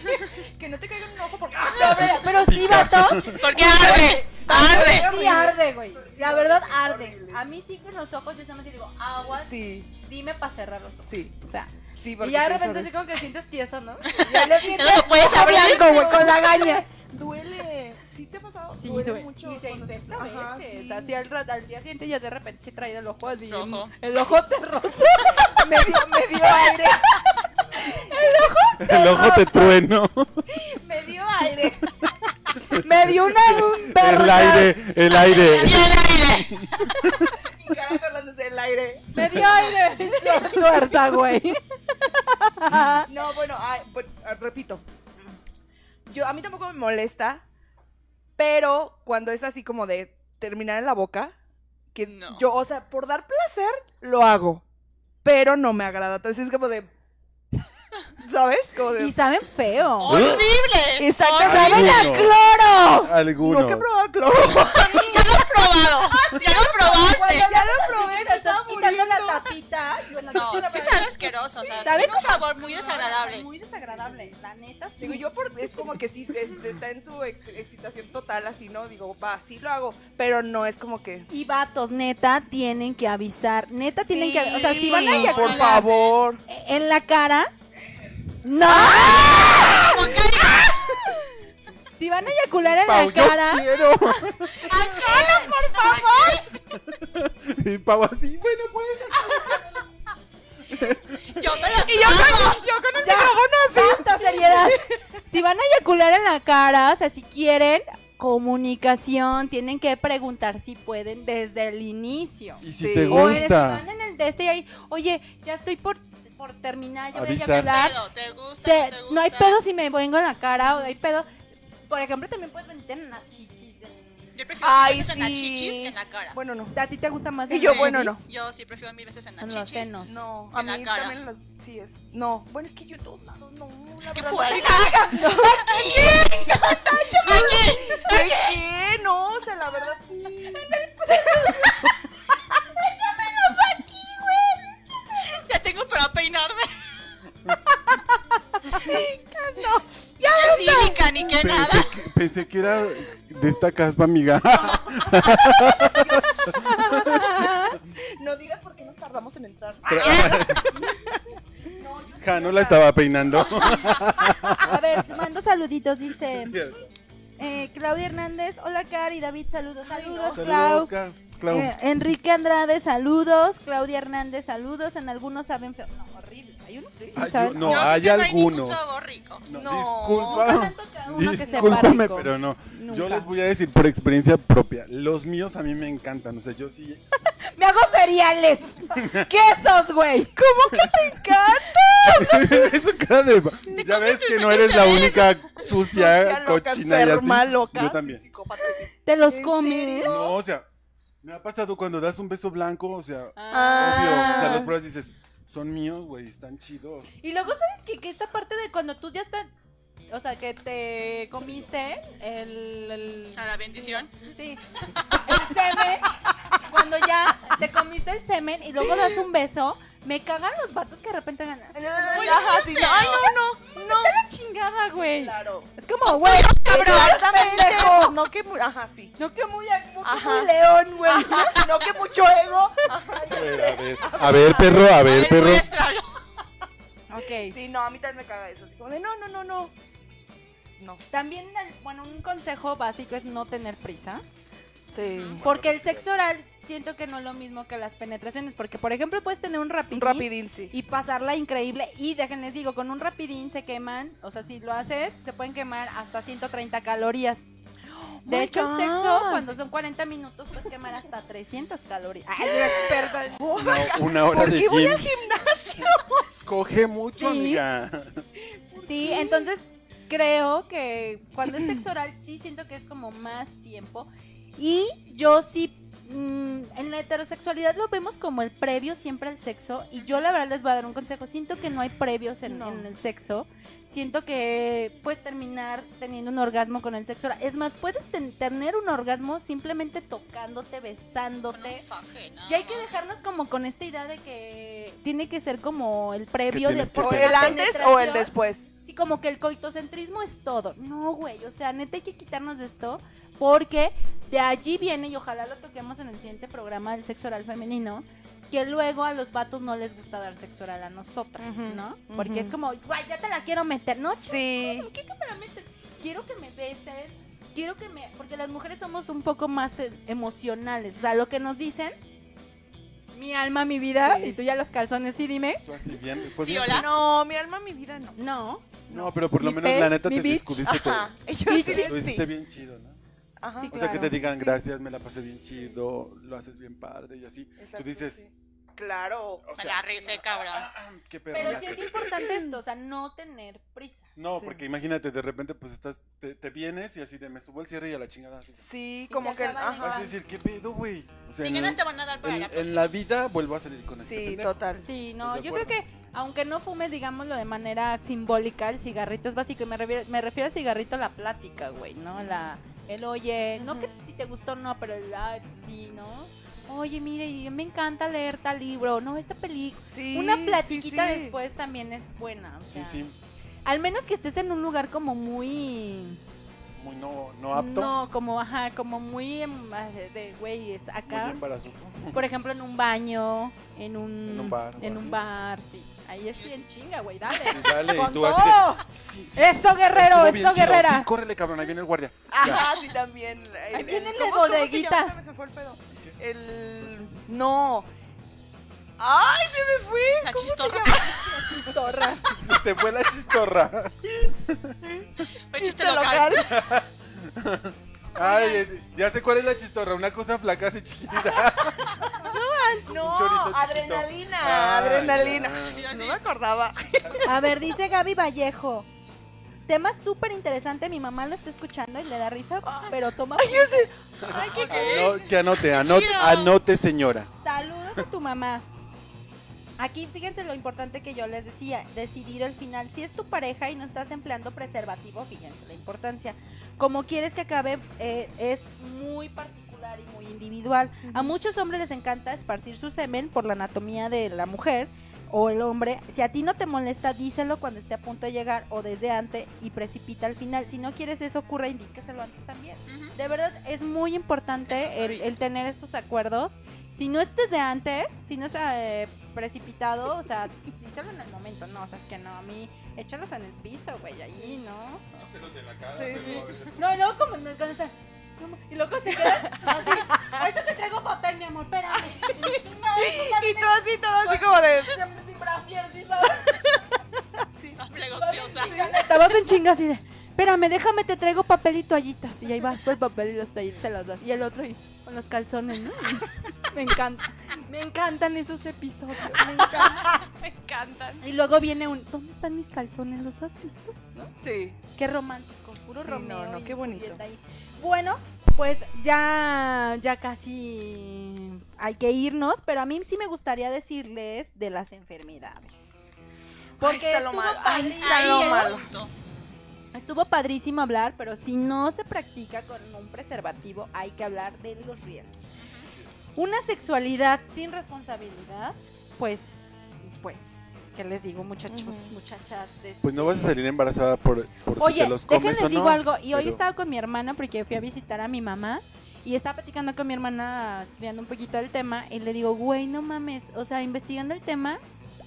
(laughs) que no te caiga
(laughs)
un ojo porque.
No, pero, pero sí, vato.
Porque arde. Arde.
Sí arde, güey. La verdad arde. A mí sí con los ojos yo nada más digo, aguas,
Sí,
dime para cerrar los ojos.
sí.
O sea,
Sí, porque
y ya de
sí
repente
sabe.
así como que sientes tieso, (laughs) ¿no? Ya le
Ya
sientes
no lo puedes abrir.
(laughs)
blanco, güey, con la gaña.
Duele. ¿Sí te ha pasado?
Sí,
duele,
duele.
mucho.
Y se
(laughs) cuando-
infecta a
Ajá,
veces.
sí.
Así al, rato- al día siguiente ya de repente se trae el ojo así.
Rojo.
El ojo te (laughs) rosa.
Me dio, me dio aire.
El ojo te trueno.
(laughs) Me dio aire.
Me dio una un perro.
El aire, el aire.
Y el aire.
Y cara acordándose del aire.
Me dio aire. Tuerta, güey.
No, bueno, ay, but- ah, repito. Yo, a mí tampoco me molesta, Pero cuando es así como de terminar en la boca, que
No.
yo, o sea, por dar placer, lo hago. Pero no me agrada. Entonces
(laughs)
es como de. ¿Sabes? Como de.
Y saben feo.
¡Horrible!
Exacto,
Alguno.
¿sabes?
Alguno.
Nunca he probado el cloro.
¡Ya lo he probado! ¡Ya lo probaste!
ya lo probé, me estaba
muriendo.
quitando la tapita. Yo la
No, sí sabe asqueroso, o sea, tiene un sabor muy desagradable.
Muy desagradable, la neta.
Digo, yo por, es como que sí, es- está en su ex- excitación total, así, ¿no? Digo, va, sí lo hago, pero no es como que.
Y vatos, neta, tienen que avisar. Neta, tienen que avisar. O sea, si van a
Sí,
ir
Por
no lo hacen.
favor.
en la cara. ¡No!
¡Ah!
Como que diga,
Si van a eyacular en
Pau,
la
yo
cara.
quiero.
"Ángel, por favor!
Y Pau así, bueno, pues.
Yo me las trago.
ya, basta, seriedad. Si van a eyacular en la cara, o sea, si quieren comunicación, tienen que preguntar si pueden desde el inicio.
Y si
Sí.
te
O
O en el,
gusta.
van en el de este y ahí, oye, ya estoy por, por terminar, ya voy a
Avisar.
eyacular.
Pedo, ¿Te gusta?
Te-
¿No te gusta?
no hay pedo si me vengo en la cara o hay pedo. Por ejemplo, también puedes venirte en las chichis. en-
Yo prefiero
Ay,
mil veces en las
sí.
chichis que en la cara.
Bueno, no.
¿A ti te gusta más?
Y
en
yo,
las
bueno,
chichis?
no.
Yo sí prefiero mil veces en las
En los
chichis.
senos.
No, a
En la
mí
cara.
también las- sí es. No, bueno, es que yo en todos lados, no. la
¡Qué
verdad. (laughs)
(laughs) puerca! ¡Aquí!
¿Qué? ¿Qué? No, o sea, la verdad sí.
Ya tengo para peinarme. no, ya que cínica, ni que nada.
Pensé que, pensé que era de esta caspa, amiga. (laughs)
No digas por qué nos tardamos en entrar.
Ah, Ja, no la estaba peinando.
A ver,
(laughs)
te mando saluditos, dice eh, Claudia Hernández. Hola, Cari, David, saludos. Saludos, Clau.
Saludos, Ca- Clau.
Eh, Enrique Andrade, saludos. Claudia Hernández, saludos. En algunos saben feo. No, horrible. Hay unos que sí
Ay,
saben.
yo- no,
Yo creo
hay
que ningún
algunos.
sabor rico.
No,
Nunca
disculpa.
me han tocado uno que sepa
Discúlpame,
rico.
pero no. Yo
Nunca.
les voy a decir por experiencia propia. Los míos a mí me encantan. O sea, yo sí. (laughs)
Me hago cereales. Quesos, güey. ¿Cómo que te encanta?
Esa cara de. Ya ves que no eres la única
Sucia,
sucia,
loca,
cochina y
enferma,
así.
loca.
Yo también.
Psicópata, sí.
Te los
¿En
comes.
serio?
No, o sea, me ha pasado cuando das un beso blanco, o sea, obvio. O sea,
Ah.
los pruebas dices, son míos, güey, están chidos.
Y luego, ¿sabes qué? Que esta parte de cuando tú ya estás. O sea, que te comiste el. el-
A la bendición.
sí. El semen. Cuando ya te comiste el semen y luego das un beso. Me cagan los vatos que de repente ganan.
Ajá, sí, no, ay, no, no, no.
la chingada, güey!
Claro.
Es como, güey.
Exactamente. No que mu- ajá, sí.
No que muy, no que
Ajá.
muy león, güey.
No que mucho ego.
A ver, a ver, a ver, perro, a
A
ver,
ver,
perro.
muéstralo.
Ok.
Sí, no, a mí también me caga eso. Así como de, no, no, no, no. No.
También, el- bueno, un consejo básico es no tener prisa.
Sí.
Porque el sexo oral siento que no es lo mismo que las penetraciones. Porque, por ejemplo, puedes tener un rapidín.
Un rapidín, sí.
Y pasarla increíble. Y déjenles digo, con un rapidín se queman. O sea, si lo haces, se pueden quemar hasta 130 calorías. De
my
hecho, el
God.
sexo, cuando son 40 minutos, puedes quemar hasta 300 calorías. Ay, yo experta en-
Una, una hora de
voy
gym.
al gimnasio?
Coge mucho,
Sí.
amiga.
Sí, entonces creo que cuando es sexo oral sí siento que es como más tiempo. Y yo sí, mm, en la heterosexualidad lo vemos como el previo siempre al sexo. Y yo la verdad les voy a dar un consejo. Siento que no hay previos en,
No.
en el sexo. Siento que puedes terminar teniendo un orgasmo con el sexo oral. Es más, puedes ten- tener un orgasmo simplemente tocándote,
Con un
besándote.
faje, nada
Y hay que
más.
dejarnos como con esta idea de que tiene que ser como el previo
tienes que
después
O
de
tener-
el
la
antes o el
penetración.
después.
Sí, como que el coitocentrismo es todo. No, güey, o sea, neta hay que quitarnos de esto porque de allí viene, y ojalá lo toquemos en el siguiente programa del sexo oral femenino, que luego a los vatos no les gusta dar sexo oral a nosotras,
Ujú,
¿no?
ujú.
Porque es como, güey, ya te la quiero meter. No, chico,
Sí.
no quiero que me la metes. Quiero que me beses, quiero que me... Porque las mujeres somos un poco más eh, emocionales. O sea, lo que nos dicen, mi alma, mi vida, y tú ya los calzones, sí, dime.
Tú así bien, pues
Sí,
bien.
hola.
No, mi alma, mi vida, no.
No,
No, pero por lo
Mi
menos
pe-
la neta
mi
te
bitch.
descubriste todo.
Ajá. Y yo así de,
Lo hiciste
sí.
bien chido, ¿no?
Ajá.
Sí,
O sea, que
Claro.
te digan gracias, me la pasé bien chido, lo haces bien padre y así.
Exacto,
Tú dices,
sí. claro.
O
Me
sea,
la rifé, cabrón.
qué pedo.
Pero
ya
sí
sé.
es importante esto, o sea, no tener prisa.
No, porque imagínate, de repente, pues estás, te, te vienes y así de me subo el cierre y a la chingada. Así,
Sí,
Y
como
te
que.
acaban de
Ajá.
Vas a decir, ¿qué pedo, güey? O sea,
Si
en,
ganas te van a dar para pues,
en-
la
en
próxima.
la vida vuelvo a salir con este
Sí,
pendejo.
total.
Sí, no,
Pues de
yo creo
acuerdo.
que aunque no fumes, digámoslo de manera simbólica, el cigarrito es básico. Y me refiero, me refiero al cigarrito a la plática, güey, ¿no? La, el oye, no que si te gustó no, pero el ay, sí, ¿no? Oye, mire, y me encanta leer tal libro, no, esta película.
Sí,
Una
sí,
platiquita
sí.
después también es buena, o
Sí,
sea,
sí,
al menos que estés en un lugar como muy...
muy no, no apto,
No, como, ajá, como muy em, de, güey, es
muy
acá.
embarazoso.
Por ejemplo, en un baño, en un,
En un bar, o
en un
así.
bar, sí. Ahí es
Yo
bien chinga, güey, dale.
Sí, dale,
Con
y tú así de,
¡Oh!
todo.
sí, sí,
Eso, guerrero,
estuvo
eso,
bien chido.
guerrera.
Sí, córrele, cabrón, ahí viene el guardia.
Ah.
Ya.
Ajá, sí, también.
Ahí viene el de
¿cómo- cómo se
bodeguita.
llama? Se me fue el pedo. El. No. ¡Ay, se me fue!
La chistorra.
Se te fue la chistorra.
Fue chiste local.
(laughs) Ay, eh, ya sé cuál es la chistorra, una cosa flaca así chiquitita.
No,
Un chorizo chiquito.
adrenalina,
Ah,
adrenalina.
ya.
No me acordaba.
A ver, dice Gaby Vallejo. Tema súper interesante, mi mamá lo está escuchando y le da risa, pero toma...
No, que anote, anote,
Chido.
anote, señora.
Saludos a tu mamá. Aquí fíjense lo importante que yo les decía, decidir al final si es tu pareja y no estás empleando preservativo, fíjense la importancia. Como quieres que acabe eh, es muy particular y muy individual. A muchos hombres les encanta esparcir su semen por la anatomía de la mujer o el hombre. Si a ti no te molesta, díselo cuando esté a punto de llegar o desde antes y precipita al final. Si no quieres eso ocurra, indícaselo antes también.
Ujú.
De verdad es muy
Ya nos
importante el,
avisa.
el tener estos acuerdos. Si no es desde antes, si no es eh, precipitado, o sea, díselo en el momento, no, o sea, es que no, a mí, échalos en el piso, güey, ahí, ¿no?
Sí, sí.
No, y luego como con esa- como- Y luego se queda así, ahorita te traigo papel, mi amor, espérame.
Y todo así, todo así como de.
Sin brasier, ¿sí sabes?
Hable gostiosa.
Estabas en chinga así de, espérame, déjame, te traigo papel y toallitas. Y ahí vas por el papel y los toallitas se las das. Y el otro y con los calzones, ¿no? (laughs) Me encanta. Me encantan esos episodios. Me encantan.
Me encantan.
Y luego viene un, ¿dónde están mis calzones? ¿Los has visto?
Sí.
Qué romántico, puro
Sí,
Romeo
no, no,
y
qué bonito.
Julieta ahí. Bueno, pues ya, ya casi hay que irnos, pero a mí sí me gustaría decirles de las enfermedades. Porque
está lo
estuvo
malo, ahí
padrísimo.
Está lo
Ahí el
malo.
punto.
Estuvo padrísimo hablar, pero si no se practica con un preservativo, hay que hablar de los riesgos. Una sexualidad sin responsabilidad, pues, pues, ¿qué les digo, muchachos, muchachas? Es-
Pues no vas a salir embarazada por, por si
Oye,
te los comes
déjenles
o no.
digo algo. Y hoy
pero-
estaba con mi hermana porque fui a visitar a mi mamá y estaba platicando con mi hermana estudiando un poquito el tema y le digo, güey, no mames, o sea, investigando el tema,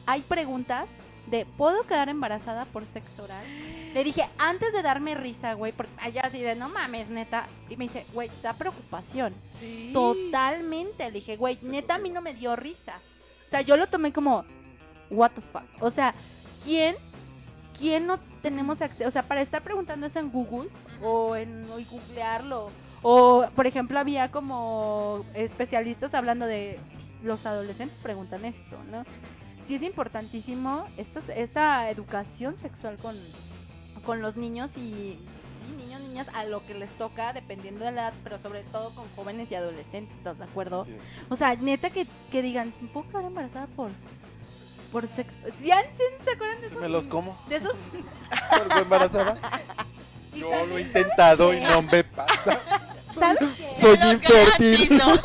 hay preguntas de ¿puedo quedar embarazada por sexo oral? Le dije, antes de darme risa, güey, porque allá así de no mames, neta. Y me dice, güey, da preocupación.
Sí.
Totalmente. Le dije, güey, neta a mí no me dio risa. O sea, yo lo tomé como, what the fuck. O sea, ¿quién, quién no tenemos acceso? O sea, para estar preguntando eso en Google o en o y googlearlo. O, por ejemplo, había como especialistas hablando de los adolescentes preguntan esto, ¿no? Sí es importantísimo esta, esta educación sexual con, con los niños y sí, niños, niñas, a lo que les toca, dependiendo de la edad, pero sobre todo con jóvenes y adolescentes, ¿estás de acuerdo?
Así es.
O sea, neta que, que digan, ¿puedo quedar embarazada por, por sexo? ¿Ya sí, se acuerdan de
Si
esos?
me los como,
De esos...
vuelvo embarazada.
(laughs) y
Yo
también,
lo he intentado y no
(laughs)
me pasa.
¿Sabes qué?
Soy
Te los
infértil.
garantizo.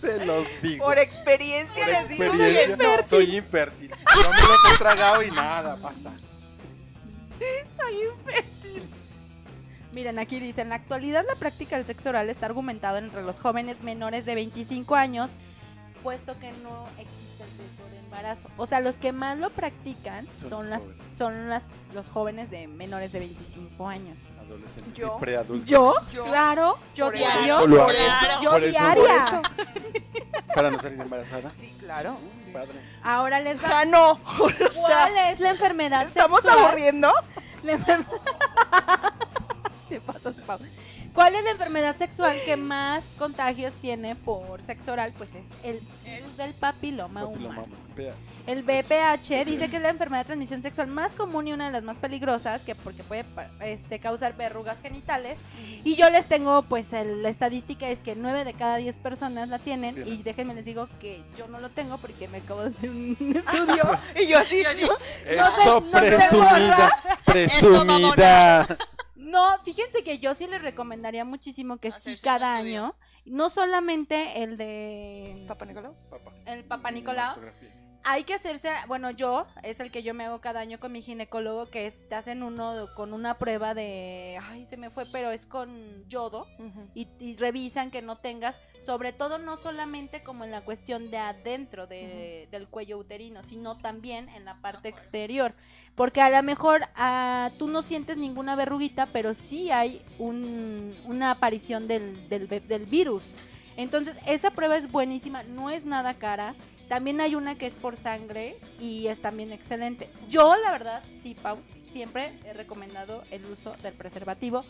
Se los digo.
Por experiencia
Por
les digo.
experiencia, soy infértil. No me los he tragado y nada, basta.
Miren, aquí dice, en la actualidad la práctica del sexo oral está argumentado entre los jóvenes menores de 25 años, puesto que no existe el riesgo de embarazo. O sea, los que más lo practican
Son
son,
los
las,
jóvenes.
son las, los jóvenes de menores de 25 años.
Adolescentes
Yo.
y preadultos.
Yo,
Yo.
claro, yo
Por
diario,
Yo lo hago.
Claro.
yo
Por eso,
diaria.
Para no salir embarazada.
Sí, claro.
Uy, padre.
Ahora les va.
Ah, no. O sea,
¿Cuál es la enfermedad
estamos
sexual? (laughs)
aburriendo.
La enfermedad- Te pasas, Pau. ¿Cuál es la enfermedad sexual que más contagios tiene por sexo oral? Pues es el virus del papiloma, humano. El BPH dice que es la enfermedad de transmisión sexual más común y una de las más peligrosas, que porque puede pa- este, causar verrugas genitales. Y yo les tengo, pues, el- la estadística es que 9 de cada 10 personas la tienen.
Bien.
Y déjenme les digo que yo no lo tengo porque me acabo de hacer un
Ah.
estudio. y yo así, ¿no?
Eso
no se
(laughs) presumida, presumida.
No, fíjense que yo sí les recomendaría muchísimo que sí
Mm. Hacerse un
cada
estudio.
año, no solamente el de
Papá Nicolau.
el Papá Nicolau,
Mastografía.
hay que hacerse, bueno, yo es el que yo me hago cada año con mi ginecólogo que es, te hacen uno de- con una prueba de, ay, se me fue, pero es con yodo y, y revisan que no tengas, sobre todo no solamente como en la cuestión de adentro de- del cuello uterino, sino también en la parte exterior. Porque a lo mejor ah, tú no sientes ninguna verruguita, pero sí hay un- una aparición del, del, ve- del virus. Entonces, esa prueba es buenísima, no es nada cara. También hay una que es por sangre y es también excelente. Yo, la verdad, sí, Pau, siempre he recomendado el uso del preservativo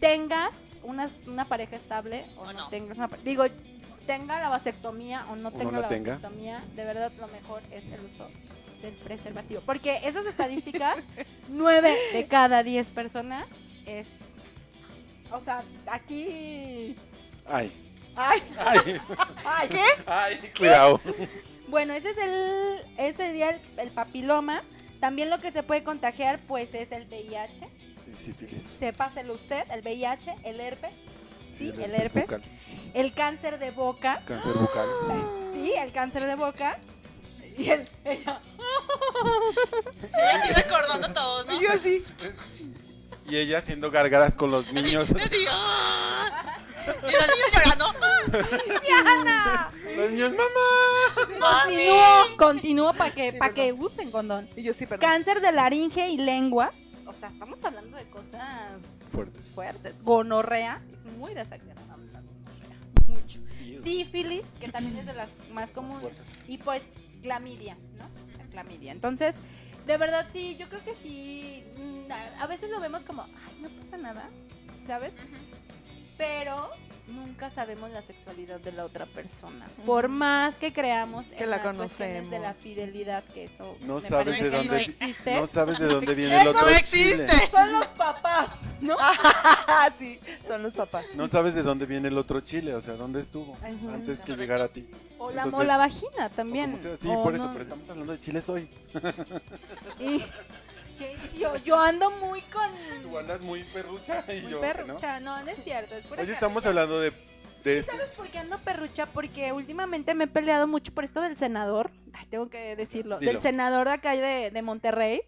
tengas una, una pareja estable o,
O
no,
no.
tengas una pa- digo tenga la vasectomía o no
no
tenga
la
la
tenga.
vasectomía de verdad lo mejor es el uso del preservativo porque esas
(laughs)
estadísticas 9 de cada 10 personas es o sea aquí
Ay,
ay
ay,
ay
ay, cuidado.
Bueno, ese es el ese sería el, el papiloma. También lo que se puede contagiar pues es el VIH.
Y sífilis,
Sépaselo usted, el VIH, el herpes, Sí, el herpes.
bucal,
el cáncer de boca.
cáncer bucal.
Ah.
Sí, el cáncer de boca. Y el, (laughs) ella-
Estoy recordando todos, ¿no?
Y ella haciendo gargaras con los niños.
Así, ¡ah! Y los niños llorando. ¡ah!
(laughs) los niños, mamá.
¡Mami!
Continúo, continúo para que,
Sí,
pa'
perdón.
que usen condón.
Y yo sí, perdón.
Cáncer de laringe y lengua. O sea, estamos hablando de cosas
Fuertes.
fuertes. Gonorrea. Es muy desagradable la gonorrea. Mucho. Sífilis, que también es de las más comunes.
fuertes.
Y pues clamidia, ¿no? La clamidia. Entonces, de verdad sí, yo creo que sí. mm, a- A veces lo vemos como, ay, no pasa nada, ¿sabes? Pero nunca sabemos la sexualidad de la otra persona. Por más que creamos
Que la
las cuestiones de la
conocemos.
fidelidad, que eso
No
me
sabes
parece
de
que
dónde-
existe.
No sabes de dónde viene el otro.
¡No
chile.
existe!
Son los papás.
Ah, sí, son los papás.
No sabes de dónde viene el otro chile, o sea, dónde estuvo
Ajá.
antes que llegara a ti.
o la
Entonces,
mola vagina también
O como sea, sí,
o
por eso,
no-
pero estamos hablando de chiles hoy.
(laughs)
Y- que yo, yo ando muy con
Tú andas muy perrucha y
muy
yo,
perrucha no no es cierto es pura
¿no? Hoy
carrilla.
estamos hablando de, este, de
¿Sabes por qué ando perrucha? Porque últimamente me he peleado mucho por esto del senador. Ay, tengo que decirlo.
Dilo.
Del senador de acá de, de Monterrey.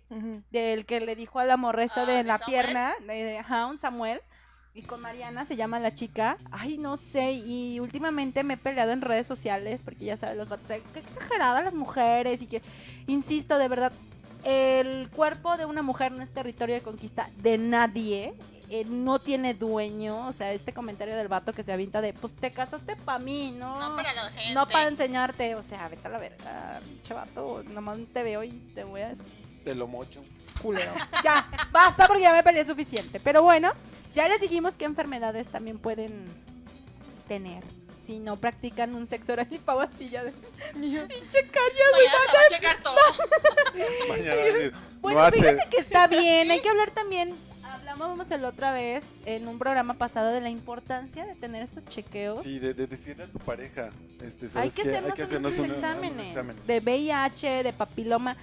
Del que le dijo a la morra esta
Ah,
de
¿de
la
Samuel?
pierna. De, de- ajá, un Samuel. Y con Mariana se llama la chica. Ay, no sé. Y últimamente me he peleado en redes sociales. Porque ya saben, los vatos. ay, Qué exageradas las mujeres. Y que, insisto, de verdad. El cuerpo de una mujer no es territorio de conquista de nadie. eh, no tiene dueño. O sea, este comentario del vato que se avienta de, pues te casaste para mí, ¿no?
No para la gente.
No para enseñarte. O sea, vete a la verga, pinche vato. Nomás te veo y te voy a... des-
de lo mocho. (laughs)
Ya, basta porque ya me peleé suficiente. Pero bueno, ya les dijimos qué enfermedades también pueden tener. Si no practican un sexo oral y pavo así ya de... (laughs) Pinche callos.
Mañana se va a checar todo.
Mañana va a decir,
Bueno,
no hace.
fíjate que está bien, hay que hablar también. Hablábamos el otra vez en un programa pasado de la importancia de tener estos chequeos.
Sí, de, de decirle a tu pareja, este,
hay
¿sabes
que
qué?
hacernos,
Hay que hacernos
unos
un- un
exámenes
examen.
de VIH, de papiloma.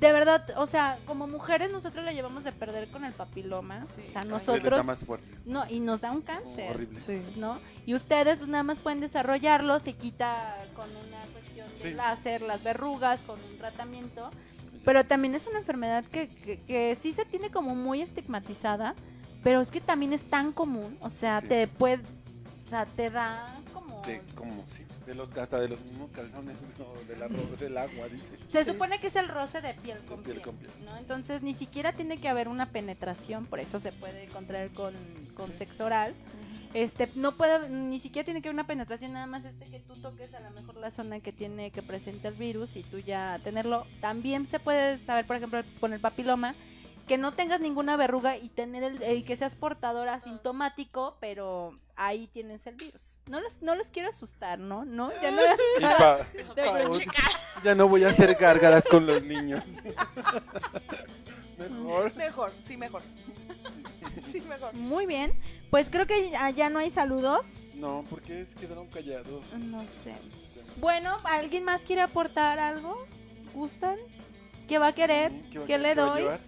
De verdad, o sea, como mujeres nosotros la llevamos de perder con el papiloma.
Sí,
o sea,
ay,
Él está
nosotros
más fuerte.
no y nos da un
Oh,
cáncer.
horrible.
Sí.
pues, ¿no? Y ustedes pues, nada más pueden desarrollarlo, se quita con una cuestión de
Sí.
láser las verrugas, con un tratamiento, pero también es una enfermedad que, que, que sí se tiene como muy estigmatizada, pero es que también es tan común, o sea,
Sí.
te puede, o sea, te da como...
De, ¿Cómo? Sí. De los, hasta de los mismos calzones (laughs) o de la ro- del agua, dice.
Se supone que es el roce de piel con
piel
piel,
con piel.
¿no? Entonces ni siquiera tiene que haber una penetración, por eso se puede contraer con, con sexo oral. Este, no puede, ni siquiera tiene que haber una penetración, nada más este que tú toques a lo mejor la zona que tiene que presenta el virus y tú ya tenerlo. También se puede saber, por ejemplo, con el papiloma, que no tengas ninguna verruga y tener el, el que seas portador asintomático, pero ahí tienes el virus. No los, no los quiero asustar, ¿no? No,
Ah,
ya no.
Y pa-
Pero-
pa-
(laughs)
ya no voy a hacer gárgaras con los niños. Mejor.
Mejor, sí, mejor. (laughs) Sí, mejor.
Muy bien. Pues creo que ya, ya no hay saludos.
No, porque se quedaron callados.
No sé.
Bueno, ¿alguien más quiere aportar algo? ¿Gustan? ¿Qué va a querer?
Mm, ¿Qué va-
¿Qué le
qué va a
doy?
llevar?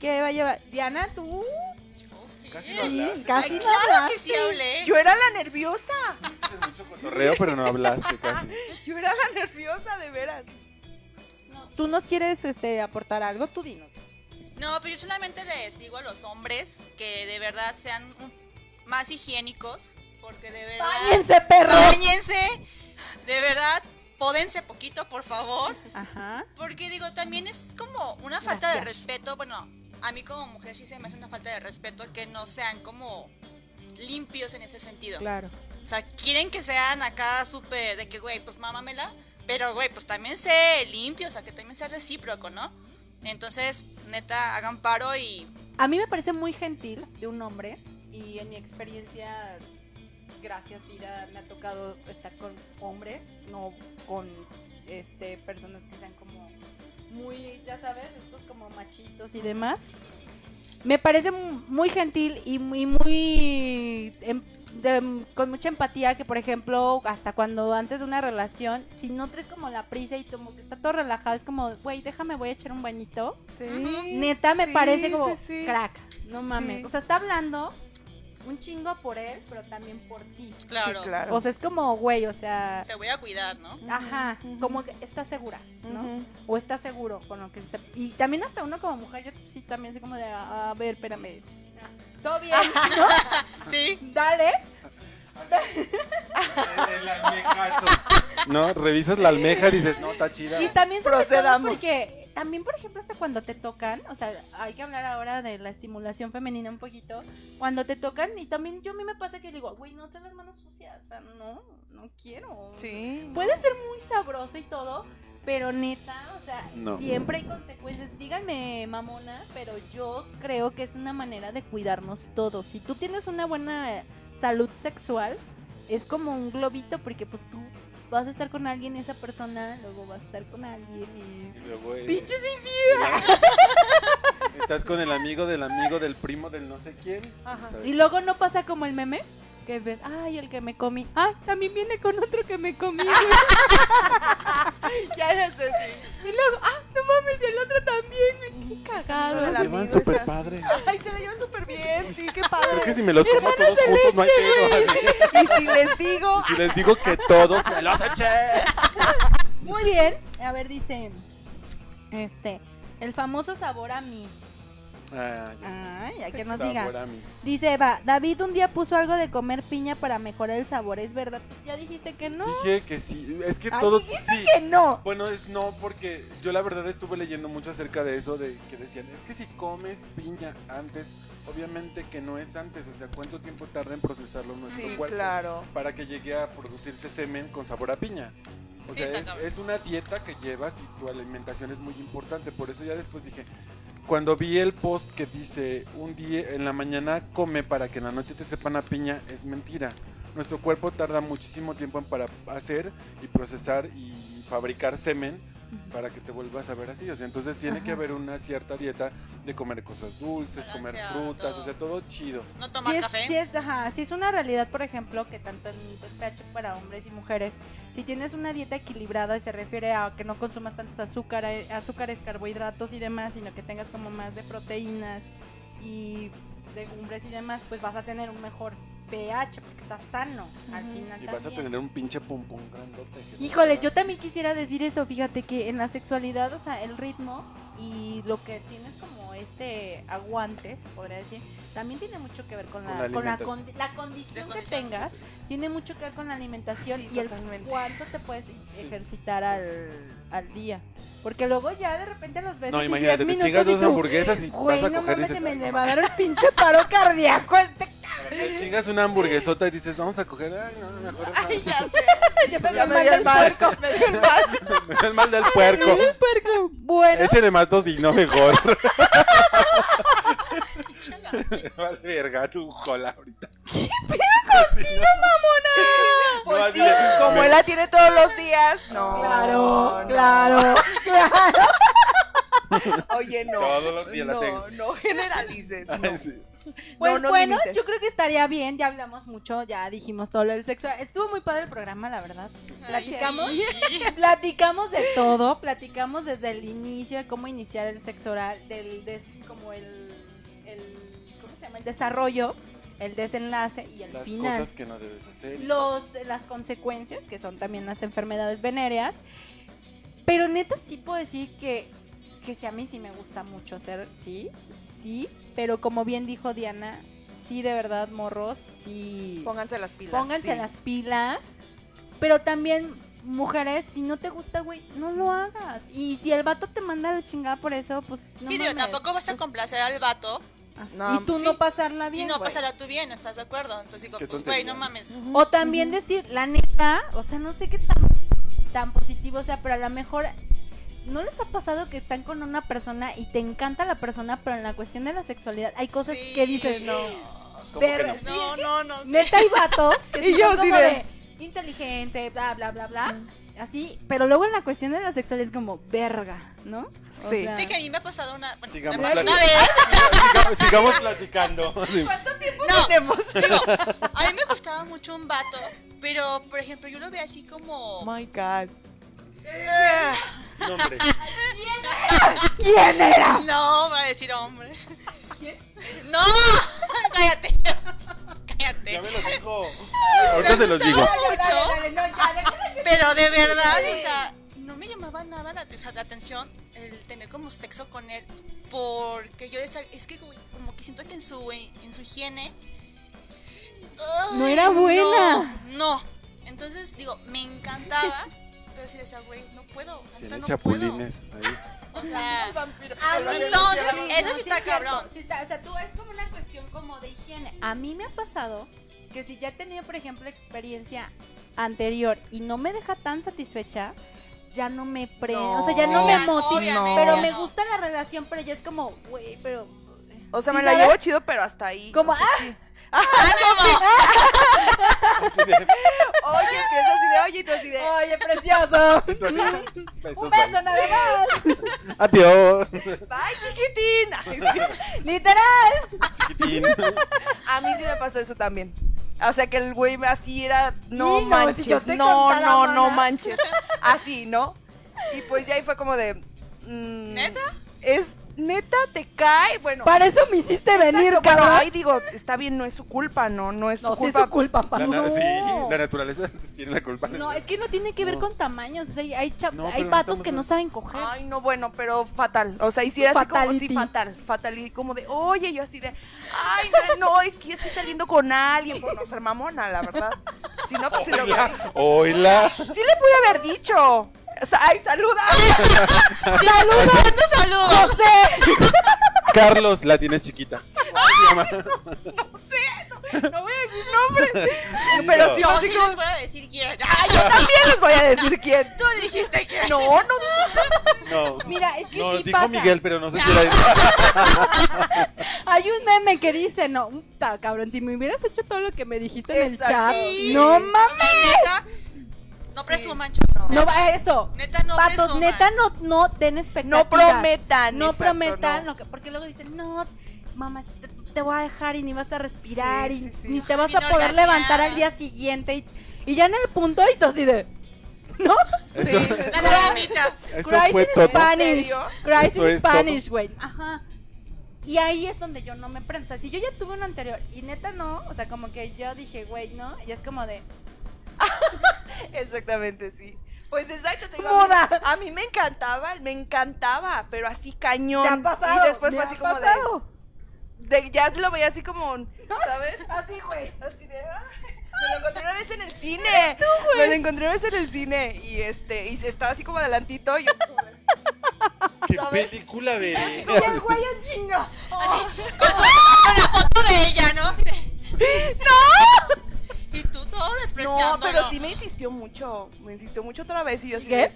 ¿Qué va a llevar? Diana, tú.
Casi no hablaste.
Casi
Ay,
no
claro que
hablaste.
sí hablé.
Yo era la nerviosa.
Hiciste mucho cotorreo, pero no hablaste (laughs) casi.
Yo era la nerviosa, de veras.
¿Tú nos quieres este, aportar algo? Tú dinos.
No, pero yo solamente les digo a los hombres que de verdad sean un- más higiénicos. Porque de verdad.
¡Báñense, perros!
Báñense. De verdad, pódense poquito, por favor.
Ajá.
Porque digo, también es como una falta de respeto. Bueno, a mí como mujer sí se me hace una falta de respeto que no sean como limpios en ese sentido.
Claro.
O sea, quieren que sean acá súper de que, güey, pues mámamela. Pero, güey, pues también sé limpio, o sea, que también sea recíproco, ¿no? Entonces, neta, hagan paro y
A mí me parece muy gentil de un hombre y en mi experiencia, gracias vida, me ha tocado estar con hombres, no con este personas que sean como muy, ya sabes, estos como machitos y demás. Me parece mu- muy gentil y muy, muy em- de- con mucha empatía que, por ejemplo, hasta cuando antes de una relación, si no traes como la prisa y como que está todo relajado, es como, güey, déjame, voy a echar un bañito.
Sí.
Neta, me
Sí,
parece como
sí, sí.
crack. No mames.
Sí.
O sea, está hablando un chingo por él, pero también por ti.
claro,
Sí, claro.
O sea, es como, güey, o sea.
te voy a cuidar, ¿no?
Ajá, como que está segura, ¿no? O está seguro con lo que se... Y también hasta uno como mujer, yo sí también soy como de, a ver, espérame. Todo bien,
Sí.
(laughs) dale.
El almejazo. No, revisas la almeja y dices, no, está chida.
Y también sobre todo
Procedamos.
porque también, por ejemplo, hasta cuando te tocan, o sea, hay que hablar ahora de la estimulación femenina un poquito, cuando te tocan y también yo a mí me pasa que digo, güey, no te las manos sucias, o sea, no, no quiero.
Sí.
Puede ser muy sabroso y todo, pero neta, o sea,
No.
siempre hay consecuencias. Díganme, mamona, pero yo creo que es una manera de cuidarnos todos. Si tú tienes una buena salud sexual, es como un globito porque pues tú vas a estar con alguien, esa persona luego vas a estar con alguien y...
Y luego, eh,
Pinches
(laughs) Estás con el amigo del amigo del primo del no sé quién. Pues,
Y
¿sabes?
luego no pasa como el meme. Que ves, ay, el que me comí. Ay, también viene con otro que me comí.
(laughs)
güey".
Pues Ya, ya sé, sí.
Y luego, ah, no mames, y el otro también. güey, Qué
Se
cagado.
la
el
llevan
amigo,
súper
esas-
padre.
Ay, se la llevan súper bien, sí,
Creo
qué
que
padre.
si me los como todos juntos no hay pedo.
Y si les digo,
Y (laughs) si les digo que todos me los (laughs) eché.
Muy bien.
A ver, dice. Este.
El famoso sabor a mí.
Ah, ya.
Ay, a que nos
Sabor
diga.
a mí.
Dice Eva, David un día puso algo de comer piña para mejorar el sabor. ¿Es verdad? Ya dijiste que no.
Dije que sí. Es que
¡Ah! Ay,
todo sí.
Que no.
Bueno, es no, porque yo la verdad estuve leyendo mucho acerca de eso, de que decían, es que si comes piña antes, obviamente que no es antes, o sea, ¿cuánto tiempo tarda en procesarlo nuestro
sí,
cuerpo
claro.
para que llegue a producirse semen con sabor a piña? O
Sí,
sea,
está
es,
cabrón.
es una dieta que llevas y tu alimentación es muy importante, por eso ya después dije, cuando vi el post que dice, un día en la mañana come para que en la noche te sepan a piña, es mentira. Nuestro cuerpo tarda muchísimo tiempo en para hacer y procesar y fabricar semen para que te vuelvas a ver así. O sea, entonces tiene que haber una cierta dieta de comer cosas dulces, comer
Balanceado,
frutas,
todo.
o sea, todo chido.
No
Si
tomar
es,
café.
sí es- ajá, sí es una realidad, por ejemplo, que tanto en el pH para hombres y mujeres, si tienes una dieta equilibrada, se refiere a que no consumas tantos azúcar, eh, azúcares, carbohidratos y demás, sino que tengas como más de proteínas y legumbres y demás, pues vas a tener un mejor pH porque estás sano al final.
Y vas a
también.
tener un pinche pum pum grandote. que no
Híjole,
te
yo
va.
también quisiera decir eso, fíjate que en la sexualidad, o sea, el ritmo y lo que tienes como este aguante, se podría decir, también tiene mucho que ver con la,
Con la
con la,
alimentación.
condi- la condición que
Descondición.
tengas, tiene mucho que ver con la alimentación
Sí,
y el
totalmente.
cuánto te puedes
Sí.
ejercitar al, al día. Porque luego ya de repente a los ves...
No,
y
imagínate,
diez
te
minutos
chingas
y
dos
tú,
hamburguesas y
Güey,
vas a
no
coger
mames,
y dices,
se me
"Ay,
le
no
va a
mames".
dar un
(laughs)
pinche paro cardíaco este
Te chingas una hamburguesota y dices, vamos a coger, ay, no, mejor
Ay, ya sé.
ya me dio
Ya me
mal
dio el
del
mal.
puerco.
Me dio el mal.
(laughs) me
(laughs)
da el mal del puerco.
puerco. Bueno,
(laughs)
Échale más dos y no mejor. (laughs) Vale, verga, tu cola ahorita. (laughs) ¿Qué pedo contigo, mamona?
Pues sí, como él la tiene todos los días. No.
Claro,
no.
claro.
Oye, no.
Todos los días la
no,
tengo.
No
(laughs)
generalices. No.
Pues
No, no
bueno,
limites.
yo creo que estaría bien. Ya hablamos mucho, ya dijimos todo lo del sexo. Estuvo muy padre el programa, la
(laughs)
verdad. Platicamos, platicamos de todo. Platicamos desde el inicio de cómo iniciar el sexo oral, del des- como el, el- ¿cómo se llama? El desarrollo, el desenlace y el
Las
final.
cosas que no debes hacer.
los, las consecuencias, que son también las enfermedades venéreas. Pero neta sí puedo decir que, que sí, a mí sí me gusta mucho hacer, sí, sí, pero como bien dijo Diana, sí, de verdad, morros, sí.
Pónganse las pilas.
Pónganse
sí.
las pilas, pero también... Mujeres, si no te gusta, güey, no lo hagas. Y si el vato te manda la chingada por eso, pues no
sí, digo,
mames.
tampoco vas a complacer al vato
No,
y tú
sí.
no pasarla bien,
y no
güey.
pasará tú bien, ¿estás de acuerdo? Entonces digo,
Qué
pues güey,
tontería.
no mames.
O también decir, la neta, o sea, no sé qué tan, tan positivo sea, pero a lo mejor no les ha pasado que están con una persona y te encanta la persona, pero en la cuestión de la sexualidad hay cosas
Sí.
que dicen, no.
¿Cómo
Pero-
que no?
No, no, no. sí.
Neta hay vatos que
(laughs) Y
sí
yo
son
así
como
de-
de inteligente, bla, bla, bla, bla. Así, pero luego en la cuestión de la sexualidad es como verga, ¿no? O sea,
Sí.
Fíjate que a mí me ha pasado una, bueno,
Sigamos
me pasó una
platicando.
vez.
Siga- (laughs) sigamos platicando. (laughs) Sí.
No, digo, a mí me gustaba mucho un vato, pero por ejemplo, yo lo veía así como
Oh my God.
Nombre.
No, va a decir hombre. No, cállate.
Ya
Cállate.
me los dijo. Ahorita se los
gustaba
digo.
mucho, pero de verdad, o sea, no me llamaba nada la, o sea, la atención el tener como sexo con él, porque yo decía, es que güey, como que siento que en su en su higiene ay,
No era buena.
No, no. Entonces digo, me encantaba, pero sí decía, güey, no puedo, ahorita
Tiene
no
chapulines ahí.
puedo. O sea,
Ah,
Pero
sí,
entonces,
sí,
eso
no,
sí está
es cierto,
cabrón.
sí está- o sea, tú es como una cuestión como de higiene. A mí me ha pasado que si ya he tenido, por ejemplo, experiencia anterior y no me deja tan satisfecha, ya no me pre,
No.
o sea, ya no me
Sí,
motiva,
obviamente,
pero
no.
me gusta la relación, pero ya es como, güey, pero
O sea,
¿Sí
me la
sabes?
llevo chido, pero hasta ahí.
como
O sea,
ah,
¡ánimo!
Oye, empieza así de, oye, y tú así de.
oye, precioso.
Entonces,
Un beso
besos, bye.
nada más.
Adiós.
¡Ay, chiquitín! Ay, sí.
Literal.
(laughs) Chiquitín.
A mí sí me pasó eso también. O sea, que el güey así era, no
Y no,
manches,
si yo te
no,
contara,
no, no
mana.
manches. Así, ¿no? Y pues ya ahí fue como de... mm,
¿Neta?
Es, ¿neta te cae? Bueno,
Para eso me hiciste venir,
bueno,
cabrón.
ahí digo, está bien, no es su culpa, ¿no? No es su
No, sí es
culpa.
su culpa, papá.
La, na-
No.
sí, la naturaleza (laughs) tiene la culpa.
ah, No, es que no tiene que ver
No.
con tamaños, o sea, hay cha-
No,
hay
pero
patos
necesitamos
que no
ver.
saben coger.
Ay, no, bueno, pero fatal. O sea, hiciera así como, sí,
Fatality.
fatal, fatal. Y como de, oye, yo así de, ay, no, no, es que ya estoy saliendo con alguien por no ser mamona, la verdad. Si no, pues si lo
Hola, hola.
Sí le pude haber dicho. Sa- ¡Ay,
(laughs)
saluda!
¡Saludos! ¡Mando saludos!
Carlos, la tienes chiquita. ¿Cómo se llama?
No voy a decir nombres. Pero sí,
Yo
así
sí
como-
les voy a decir quién.
¡Ay, yo también les voy a decir quién.
Tú dijiste que.
No, no.
No.
Mira, es que
No,
sí
dijo
pasa.
Miguel, pero no sé si era
Hay un meme que dice, no, puta, cabrón, si me hubieras hecho todo lo que me dijiste en el
Exacto.
chat,
Sí.
no
O
mames.
sea, neta, no presuman, chicos.
No va eso.
Neta, no
Patos,
presuman.
neta, no, no den expectativas.
No prometan,
No
exacto,
prometan,
no.
lo que- porque luego dicen, no, mamá, te, te voy a dejar y ni vas a respirar
Sí,
y
sí, sí.
ni te
Ay,
vas
bien
a poder
orgasmeada.
levantar al día siguiente. Y, y ya en el punto, y tú así de, ¿no?
ella.
La lagrimita.
Eso
Cries
fue
in
todo.
Spanish.
¿En serio?
Cries
Eso
in
es todo.
Spanish, güey. Ajá. Y ahí es donde yo no me prendo. O sea, si yo ya tuve un anterior y neta no, o sea, como que yo dije, güey, no, y es como de,
Exactamente, sí. Pues exacto, te digo. a mí-
Moda.
A mí me encantaba, me encantaba, pero así cañón.
te ha pasado.
Y después
¿Te
fue
ha
así como de-
pasado?
de, Ya lo veía así como, ¿sabes?
Así, güey.
Así de, "Ah". Me lo encontré una vez en el cine. me lo encontré una vez en el cine. Y este, y estaba así como adelantito. Y yo, como de-
¿Qué película veré? (laughs)
Y el güey en chinga.
Con, su- con la foto de ella, ¿no? Así de- Y tú todo despreciando.
No, pero sí me insistió mucho. Me insistió mucho otra vez. Y yo así
¿Qué?
de,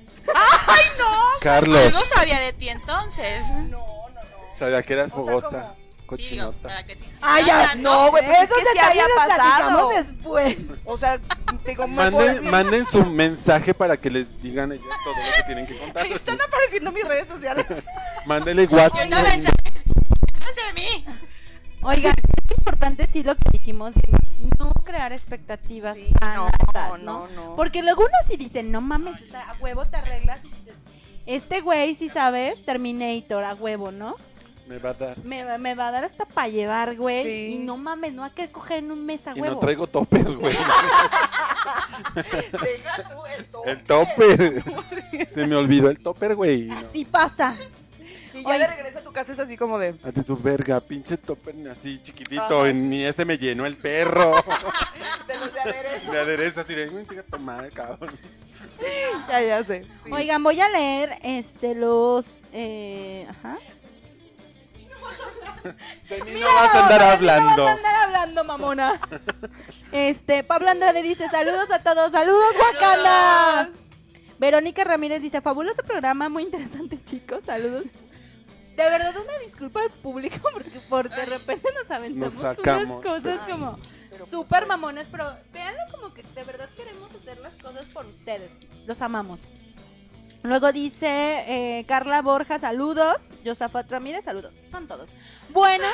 Carlos.
Algo sabía de ti entonces.
No, no, no.
Sabía que eras
O sea,
fogosa.
como,
Sí, digo,
Cochinota.
para que te enseñe.
Ay, ya,
Ah,
No, güey, pues es
Esos
que sí
detalles
había
los
pasado.
platicamos después.
O sea, digo, me puedo-
Manden, manden su mensaje para que les digan ellos todo lo que
(laughs)
tienen que contar.
Ahí están apareciendo mis redes sociales.
Mándele WhatsApp.
Yo no mensajes. No es de mí.
Oigan, es importante sí lo que dijimos, de no crear expectativas
Sí,
tan
no,
altas, ¿no?
no, no.
Porque luego uno sí dice, no mames, o sea, a huevo te arreglas y dices, este güey, si sabes, Terminator, a huevo, ¿no?
Me va a dar.
Me, va- me va a dar hasta para llevar, güey,
Sí.
y no mames, no hay que coger en un mes a
Y
huevo.
no traigo topes, güey.
(laughs)
(laughs) el tope. Se me olvidó el topper, güey.
Ah,
No.
Así pasa.
Y ya de regreso a tu casa es así como de.
A ti Ah, tu verga, pinche topper así chiquitito. Ni este me llenó el perro. (laughs)
De los de aderezo.
De adereza así de. "Mm, Chica, tu madre, cabrón.
Ya, ya sé. sí.
Oigan, voy a leer este los eh, ajá.
De mí no vas a andar hablando.
Vamos a andar hablando,
(laughs)
mamona. Este, Pablo Andrade dice, saludos a todos, saludos, Wakanda. Verónica Ramírez dice, fabuloso programa, muy interesante, (laughs) chicos, saludos. De verdad, una disculpa al público (laughs) porque por de repente nos aventamos
Nos sacamos.
unas cosas como súper mamonas, pero véanlo como que de verdad queremos hacer las cosas por ustedes. Los amamos. Luego dice eh, Carla Borja, saludos. Josafat Ramírez, saludos. Son todos. Bueno,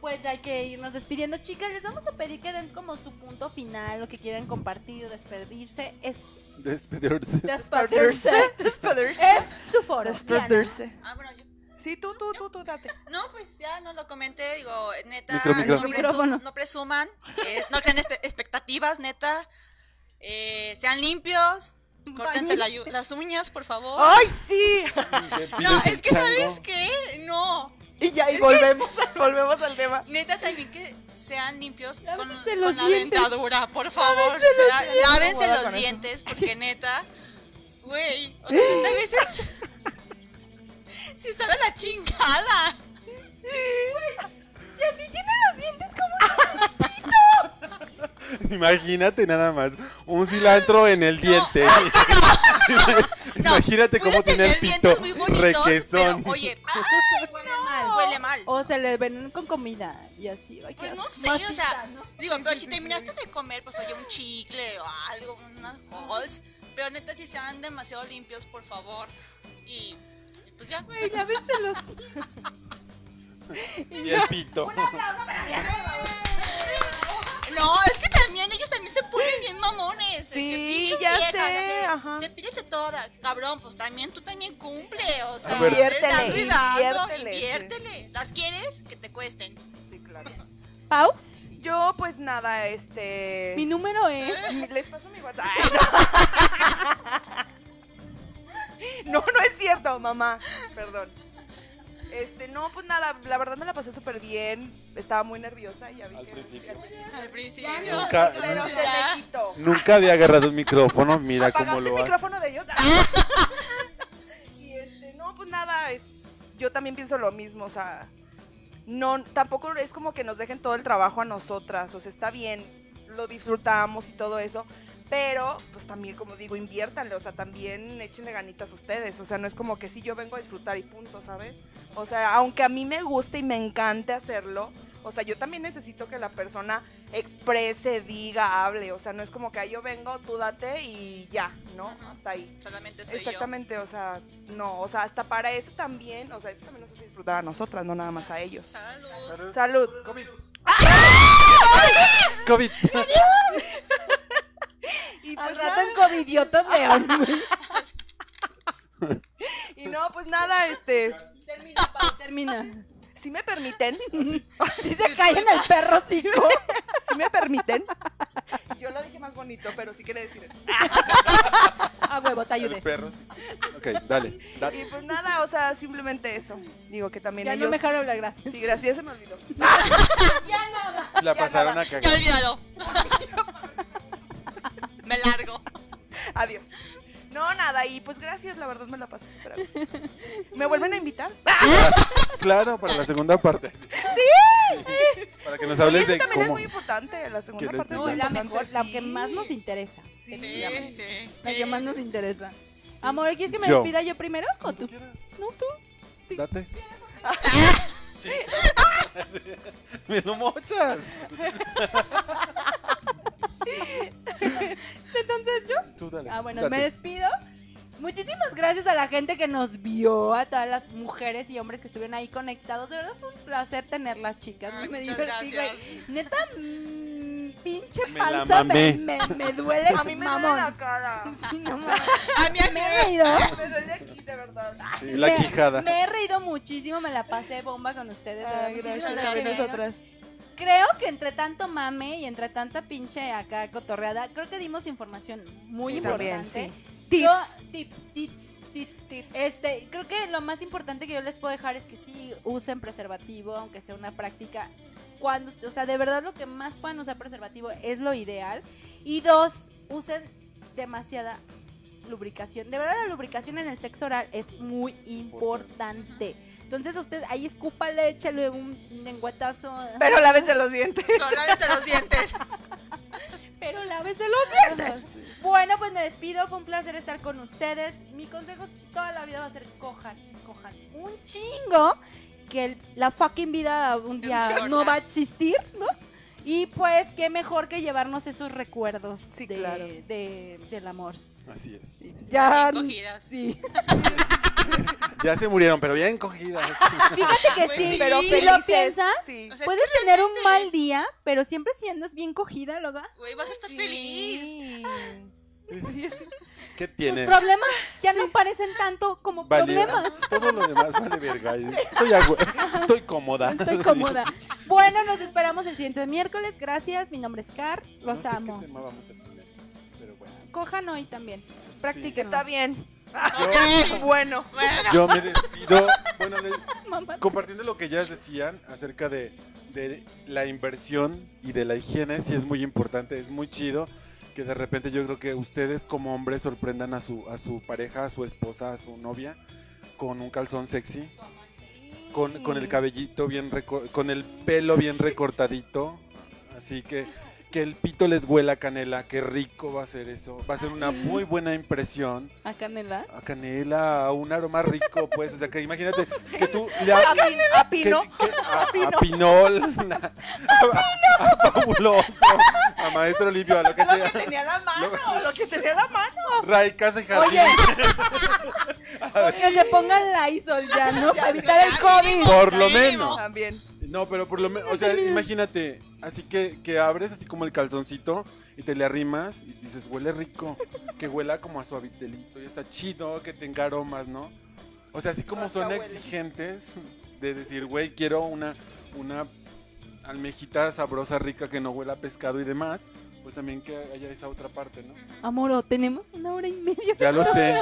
pues ya hay que irnos despidiendo, chicas. Les vamos a pedir que den como su punto final, lo que quieran compartir, despedirse. Es,
(laughs)
Despedirse.
Desperderse.
despedirse.
Desperderse.
es su foro.
Desperderse.
Ah, bueno, yo.
Sí, tú, tú, tú, tú, date.
No, pues ya no lo comenté, digo, neta,
Micro, micro.
No, presu-
Micrófono.
no presuman, eh, no creen expectativas, neta, eh, sean limpios, córtense la yu- las uñas, por favor.
Oh.
¡Ay, sí!
no, es que sabes qué, no,
(laughs) Y ya, y volvemos, volvemos al tema.
neta también que sean limpios con,
Lávense
con
los
la
dientes.
dentadura, por favor, o sea, lávense los dientes, porque neta, güey,
(laughs)
o sea, neta, a veces (laughs) si están a la chingada.
Imagínate nada más. Un cilantro en el diente.
(laughs)
(laughs) Imagínate
Puede
cómo tiene el
tener
pito
dientes muy bonitos,
requesón. (laughs)
pero oye, ah,
Huele mal.
huele mal.
O se le ven con comida y así. Ay, qué
Pues no
asco.
sé, o sea,
Masita, ¿no?
digo, pero si terminaste de comer, pues oye, un chicle o algo, unas holes, pero neta, si sean demasiado limpios, por favor, y y pues ya.
Güey, lávense los
Y el pito.
No, es que también ellos también se ponen bien mamones. de
Sí,
que pinches
ya
viejas,
sé,
así,
ajá.
Te pides de toda, cabrón, pues también tú también cumple, o sea,
A ver.
les das
Inviértele,
cuidado,
inviértele, sí.
inviértele. Las quieres, que te cuesten.
Sí, claro.
Pau.
Yo, pues nada, este.
Mi número es.
(laughs) Les paso mi WhatsApp. no. (laughs) no, es cierto, mamá. Perdón. Este, no, pues nada, la verdad me la pasé súper bien. Estaba muy nerviosa y ya vi
Al
que-
principio.
Al principio.
Nunca,
Pero se
Ya.
me quitó.
nunca había agarrado un micrófono. Mira cómo
Apagaste el
lo hace.
micrófono de ellos. y este, no, pues nada, es- yo también pienso lo mismo, o sea, no, tampoco es como que nos dejen todo el trabajo a nosotras, o sea, está bien, lo disfrutamos y todo eso, pero pues también, como digo, inviértanle, o sea, también échenle ganitas ustedes, o sea, no es como que si yo vengo a disfrutar y punto, ¿sabes? O sea, aunque a mí me guste y me encante hacerlo, o sea, yo también necesito que la persona exprese, diga, hable. O sea, no es como que "Ay, yo vengo, tú date y ya, ¿no?
Ajá.
Hasta ahí.
Solamente soy
Exactamente, o sea, no, o sea, hasta para eso también, o sea, eso también nos hace disfrutar a nosotras, no nada más a
yo.
ellos.
Salud.
Salud.
COVID. COVID.
Y
Al
pues,
rato
nada,
en covidiotas león.
y no, pues nada, este,
Termina, Pau, termina.
si me (laughs) permiten,
Dice, caen el perro, sí.
(laughs) si me permiten. Yo lo dije más bonito, pero sí quiere decir eso.
A huevo, te
El
ayudé.
perro. Ok, dale.
Y
dale.
pues nada, o sea, simplemente eso. Digo que también
Ya
ellos...
no me dejaron hablar, gracias.
Sí, gracias, se me olvidó.
La pasaron a
Ya
cagar.
olvídalo. (laughs) Me largo.
Adiós. No, nada, y pues gracias, la verdad me la pasé súper a gusto. ¿Me vuelven a invitar?
Claro, para la segunda parte. Sí. Para que nos
Oye,
hables
eso
de
también es
cómo.
muy importante, la segunda
¿Quieres
parte. es
decir
No, es la
importante,
mejor, la
sí.
que más nos interesa.
Sí.
Sí, Ah, sí.
La que más nos interesa. Amor, ¿quieres que me
Yo.
despida yo primero o tú? No, tú.
Date. (laughs) Me lo mochas.
Entonces yo
Tú dale.
Ah, bueno,
date.
me despido. Muchísimas gracias a la gente que nos vio, a todas las mujeres y hombres que estuvieron ahí conectados. De verdad fue un placer tenerlas, chicas.
Ay,
me
muchas
divertí, güey.
gracias.
Neta, mm, pinche
Me la
panza me,
mamé.
me- me duele.
A mí me
mamón.
duele la cara.
(laughs) Sí, no mames.
A mí, a mí.
Me he reído.
Me duele aquí, de verdad.
Sí, la
me-
quijada.
Me he reído muchísimo, me la pasé bomba con ustedes. de verdad, muchísimas
gracias.
gracias.
Nosotras.
Creo que entre tanto mame y entre tanta pinche acá cotorreada, creo que dimos información muy
Sí,
importante.
también,
Tips. tips, tips, tips, tips. Este, creo que lo más importante que yo les puedo dejar es que sí usen preservativo, aunque sea una práctica. Cuando, o sea, de verdad lo que más puedan usar preservativo es lo ideal. Y dos, usen demasiada lubricación. De verdad la lubricación en el sexo oral es muy importante. Entonces usted ahí escúpale, échale un lengüetazo.
Pero lávense los dientes.
No,
(laughs)
lávense los dientes.
Pero lávese los dientes. Bueno, pues me despido. Fue un placer estar con ustedes. Mi consejo toda la vida va a ser cojan, cojan. Un chingo que el- la fucking vida un día
mejor,
no
¿no?
va a existir, ¿no? Y pues qué mejor que llevarnos esos recuerdos
Sí,
de,
claro.
de- del amor.
Así es.
Ya.
Cogidas.
Ah, Sí.
Ya se murieron, pero bien cogidas.
Fíjate que
Pues
sí,
sí.
pero
Si
si lo piensas,
Sí.
O sea, es
puedes
que
tener un
realmente,
mal día, pero siempre si andas bien cogida, loga.
Güey, vas a estar feliz.
¿Qué
Tus
tiene?
problemas ya no parecen tanto como
Vale,
problemas.
todo lo demás vale verga. Estoy, a gu- estoy cómoda. (laughs)
Estoy cómoda. Bueno, nos esperamos el siguiente miércoles. Gracias. Mi nombre es Car. Los
No sé
amo.
qué tema vamos a tener, pero bueno.
Cojan hoy (laughs) también.
Que
Practiquen.
está bien.
Yo-
Bueno.
(laughs) Bueno,
Yo me despido. Bueno, les- compartiendo lo que ya decían acerca de, de la inversión y de la higiene, sí es muy importante, es muy chido que de repente yo creo que ustedes como hombres sorprendan a su, a su pareja, a su esposa, a su novia con un calzón sexy, con, con el cabellito bien reco- con el pelo bien recortadito, así que que el pito les huela a canela, qué rico va a ser eso, va a ser una muy buena impresión
A Canela.
a canela, a un aroma rico, pues. O sea, que imagínate que tú le
A,
hagas.
pin- a
que-
Pino. (laughs)
que- a, a Pinol. (laughs) A, a- a
(laughs)
Fabuloso. A Maestro Limpio, a lo que
Lo que
sea.
tenía la mano.
(laughs)
Lo que tenía la mano.
Ray, casa y jardín.
Oye. Porque se pongan la ISOL (laughs) ya, ¿no? Para evitar el COVID.
Por lo
Mínimo.
menos.
También.
No, pero por lo menos. O sea, imagínate. Así que, que abres así como el calzoncito y te le arrimas y dices, huele rico. Que huela como a suavitelito. Y está chido, que tenga aromas, ¿no? O sea, así como
Hasta
son
huele.
exigentes de decir, güey, quiero una, una almejita sabrosa, rica, que no huela a pescado y demás, pues también que haya esa otra parte, ¿no?
Amoro, oh, tenemos una hora y media.
Ya lo sé.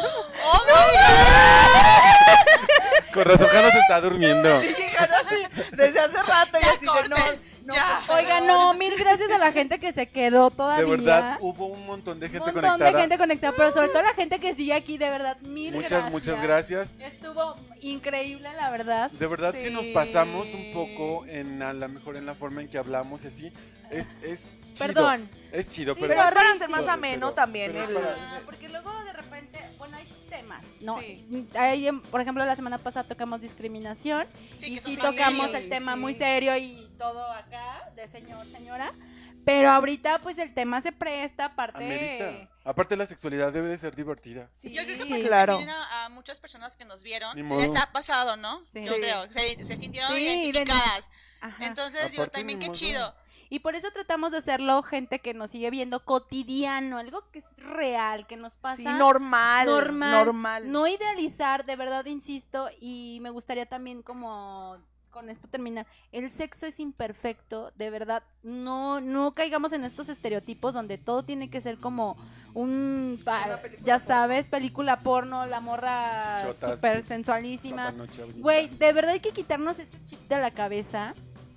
(laughs)
Con razón, Jano se está durmiendo.
Llegaron así desde hace rato y
Ya
así de no.
corten,
no,
ya.
por
(laughs)
favor.
Oiga, no, mil gracias a la gente que se quedó
De
todavía.
verdad, hubo un montón de
Un
gente
montón
conectada.
de gente conectada, pero sobre todo la gente que sigue aquí, de verdad, mil
muchas,
gracias.
muchas gracias.
Estuvo increíble, la verdad.
De verdad, si
Sí.
nos pasamos un poco en a lo mejor en la forma en que hablamos y así, es, es chido.
Perdón.
Es chido,
Sí,
pero.
Pero es para
Pero-
hacer más
pero-
ameno
pero-
también.
pero es
el-
para-
Ah, porque luego de repente, bueno, hay temas, ¿no?
Sí.
Hay, em, por ejemplo, la semana pasada tocamos discriminación
Sí,
y
que
sí
son
tocamos
serios.
el tema
sí.
muy serio y todo acá de señor, señora, pero ahorita pues el tema se presta, aparte...
Amerita. Aparte, la sexualidad debe de ser divertida.
Sí,
Yo creo que porque
claro.
también a, a muchas personas que nos vieron
Ni modo.
les ha pasado, ¿no?
Sí.
Yo
Sí.
creo, se, se sintieron
Sí,
identificadas.
Ajá.
Entonces, digo,
Aparte,
también
ni
qué
modo.
chido.
Y por eso tratamos de hacerlo gente que nos sigue viendo cotidiano, algo que es real, que nos pasa.
Sí, normal.
normal,
Normal.
No idealizar, de verdad insisto, y me gustaría también como con esto terminar. El sexo es imperfecto, de verdad. No, no caigamos en estos estereotipos donde todo tiene que ser como un, pa-
Una película
ya
porno.
sabes, película porno, la morra
Chichotas.
super sensualísima.
Papá Noche ahorita.
Güey, de verdad hay que quitarnos ese chip de la cabeza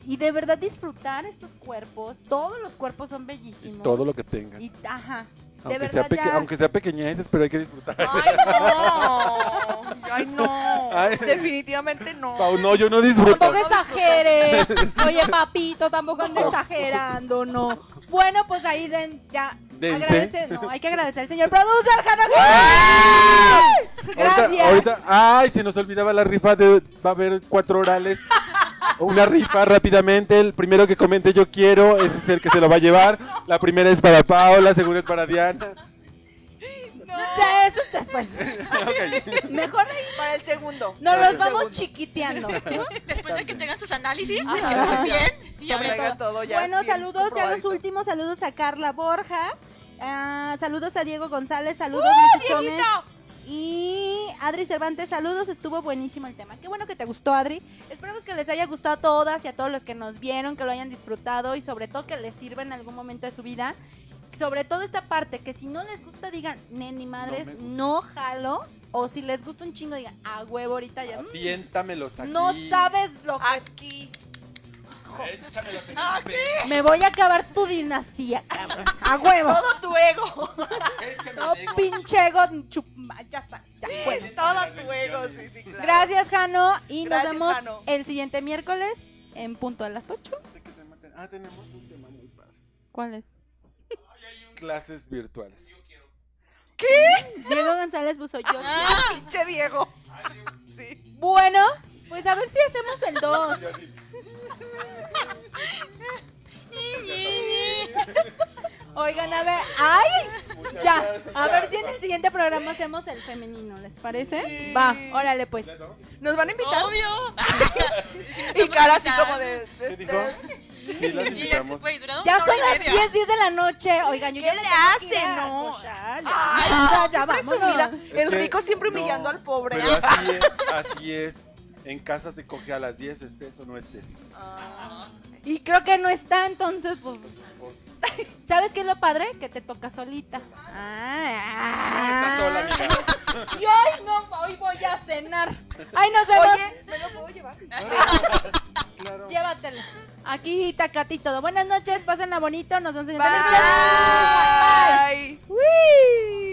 y de verdad disfrutar estos cuerpos. Todos los cuerpos son
Y
bellísimos.
todo lo que tengan.
Y- ajá. de
Aunque
verdad
sea, peque-
ya-
aunque sea pequeñeces, pero hay que disfrutar.
(laughs)
Ay, no. (laughs) Ay, no.
Ay.
Definitivamente no.
Pau, no, yo no disfruto.
Tampoco exageres. Oye, papito, tampoco ande exagerando, no. Bueno, pues ahí den, ya.
Dense.
Agradece, no, hay que agradecer al señor producer, Hanna.
Ahorita-
Gracias.
ahorita- ay, se nos olvidaba la rifa de. Va a haber cuatro orales Una rifa rápidamente. El primero que comente yo quiero, ese es el que se lo va a llevar. La primera es para Paola, la segunda es para Diana.
Ya, eso es después.
Ok.
Mejor
Para el segundo.
nos
Para
los
el
vamos
segundo.
chiqueteando.
Después de que tengan sus análisis, de que están bien, y a
Para que
ver,
haga todo ya
bueno,
bien
saludos, ya los
comprobadito.
últimos saludos a Carla Borja. ah, saludos a Diego González, saludos Luchichones. Y Adri Cervantes, saludos, estuvo buenísimo el tema. Qué bueno que te gustó, Adri. Esperamos que les haya gustado a todas y a todos los que nos vieron, que lo hayan disfrutado y sobre todo que les sirva en algún momento de su vida. Sobre todo esta parte, que si no les gusta digan, neni madres,
me gusta".
no, jalo. O si les gusta un chingo digan, a huevo ahorita ya. mm,
Aviéntamelos aquí.
no sabes lo que...
aquí.
Échamelos aquí.
Ah, Me voy a acabar tu dinastía, cabrón. A huevo.
Todo tu
(laughs)
ego.
No pinche ego, chup- ya sabes, ya, bueno.
Todas juegos, sí, sí, claro.
Gracias, Jano. Y nos
Gracias,
vemos
Jano.
el siguiente miércoles en punto a las 8.
Ah, tenemos un tema muy padre.
¿Cuál
(laughs)
es?
Clases virtuales.
Diego González Buzo. Yo.
Pinche viejo. Sí.
Ah. Bueno, pues a ver si hacemos el 2. Oigan, a ver. ¡Ay! Ya. A ver si en el siguiente programa hacemos el femenino, ¿les parece? Va, órale pues.
Nos van a invitar. (laughs)
Obvio. (laughs) Si no
Y
estamos
cara así
invitadas.
como de.
¿Qué
este,
dijo?
(laughs)
Sí, las
Y ya,
invitamos.
güey, duramos
Ya
una
son
hora y
las
media.
10, 10 de la noche. Oigan, yo ya le
hace, no?
Ya,
Ay,
ya, ya, vámonos.
presumida. El
Es que-
rico siempre humillando
no,
al pobre.
Pero así es, así es. En casa se coge a las 10, estés o no estés.
Y creo que no está, entonces, pues. (laughs) ¿Sabes qué es lo padre? Que te toca solita.
Está
Ah,
sola, amiga.
y hoy no, hoy voy a cenar. Ay, nos vemos.
Oye, ¿me lo puedo llevar?
Claro.
Llévatelo. Aquí, Tacati y todo. Buenas noches, pásenla bonito. Nos vemos en el siguiente miércoles.
Bye. Bye. Whee!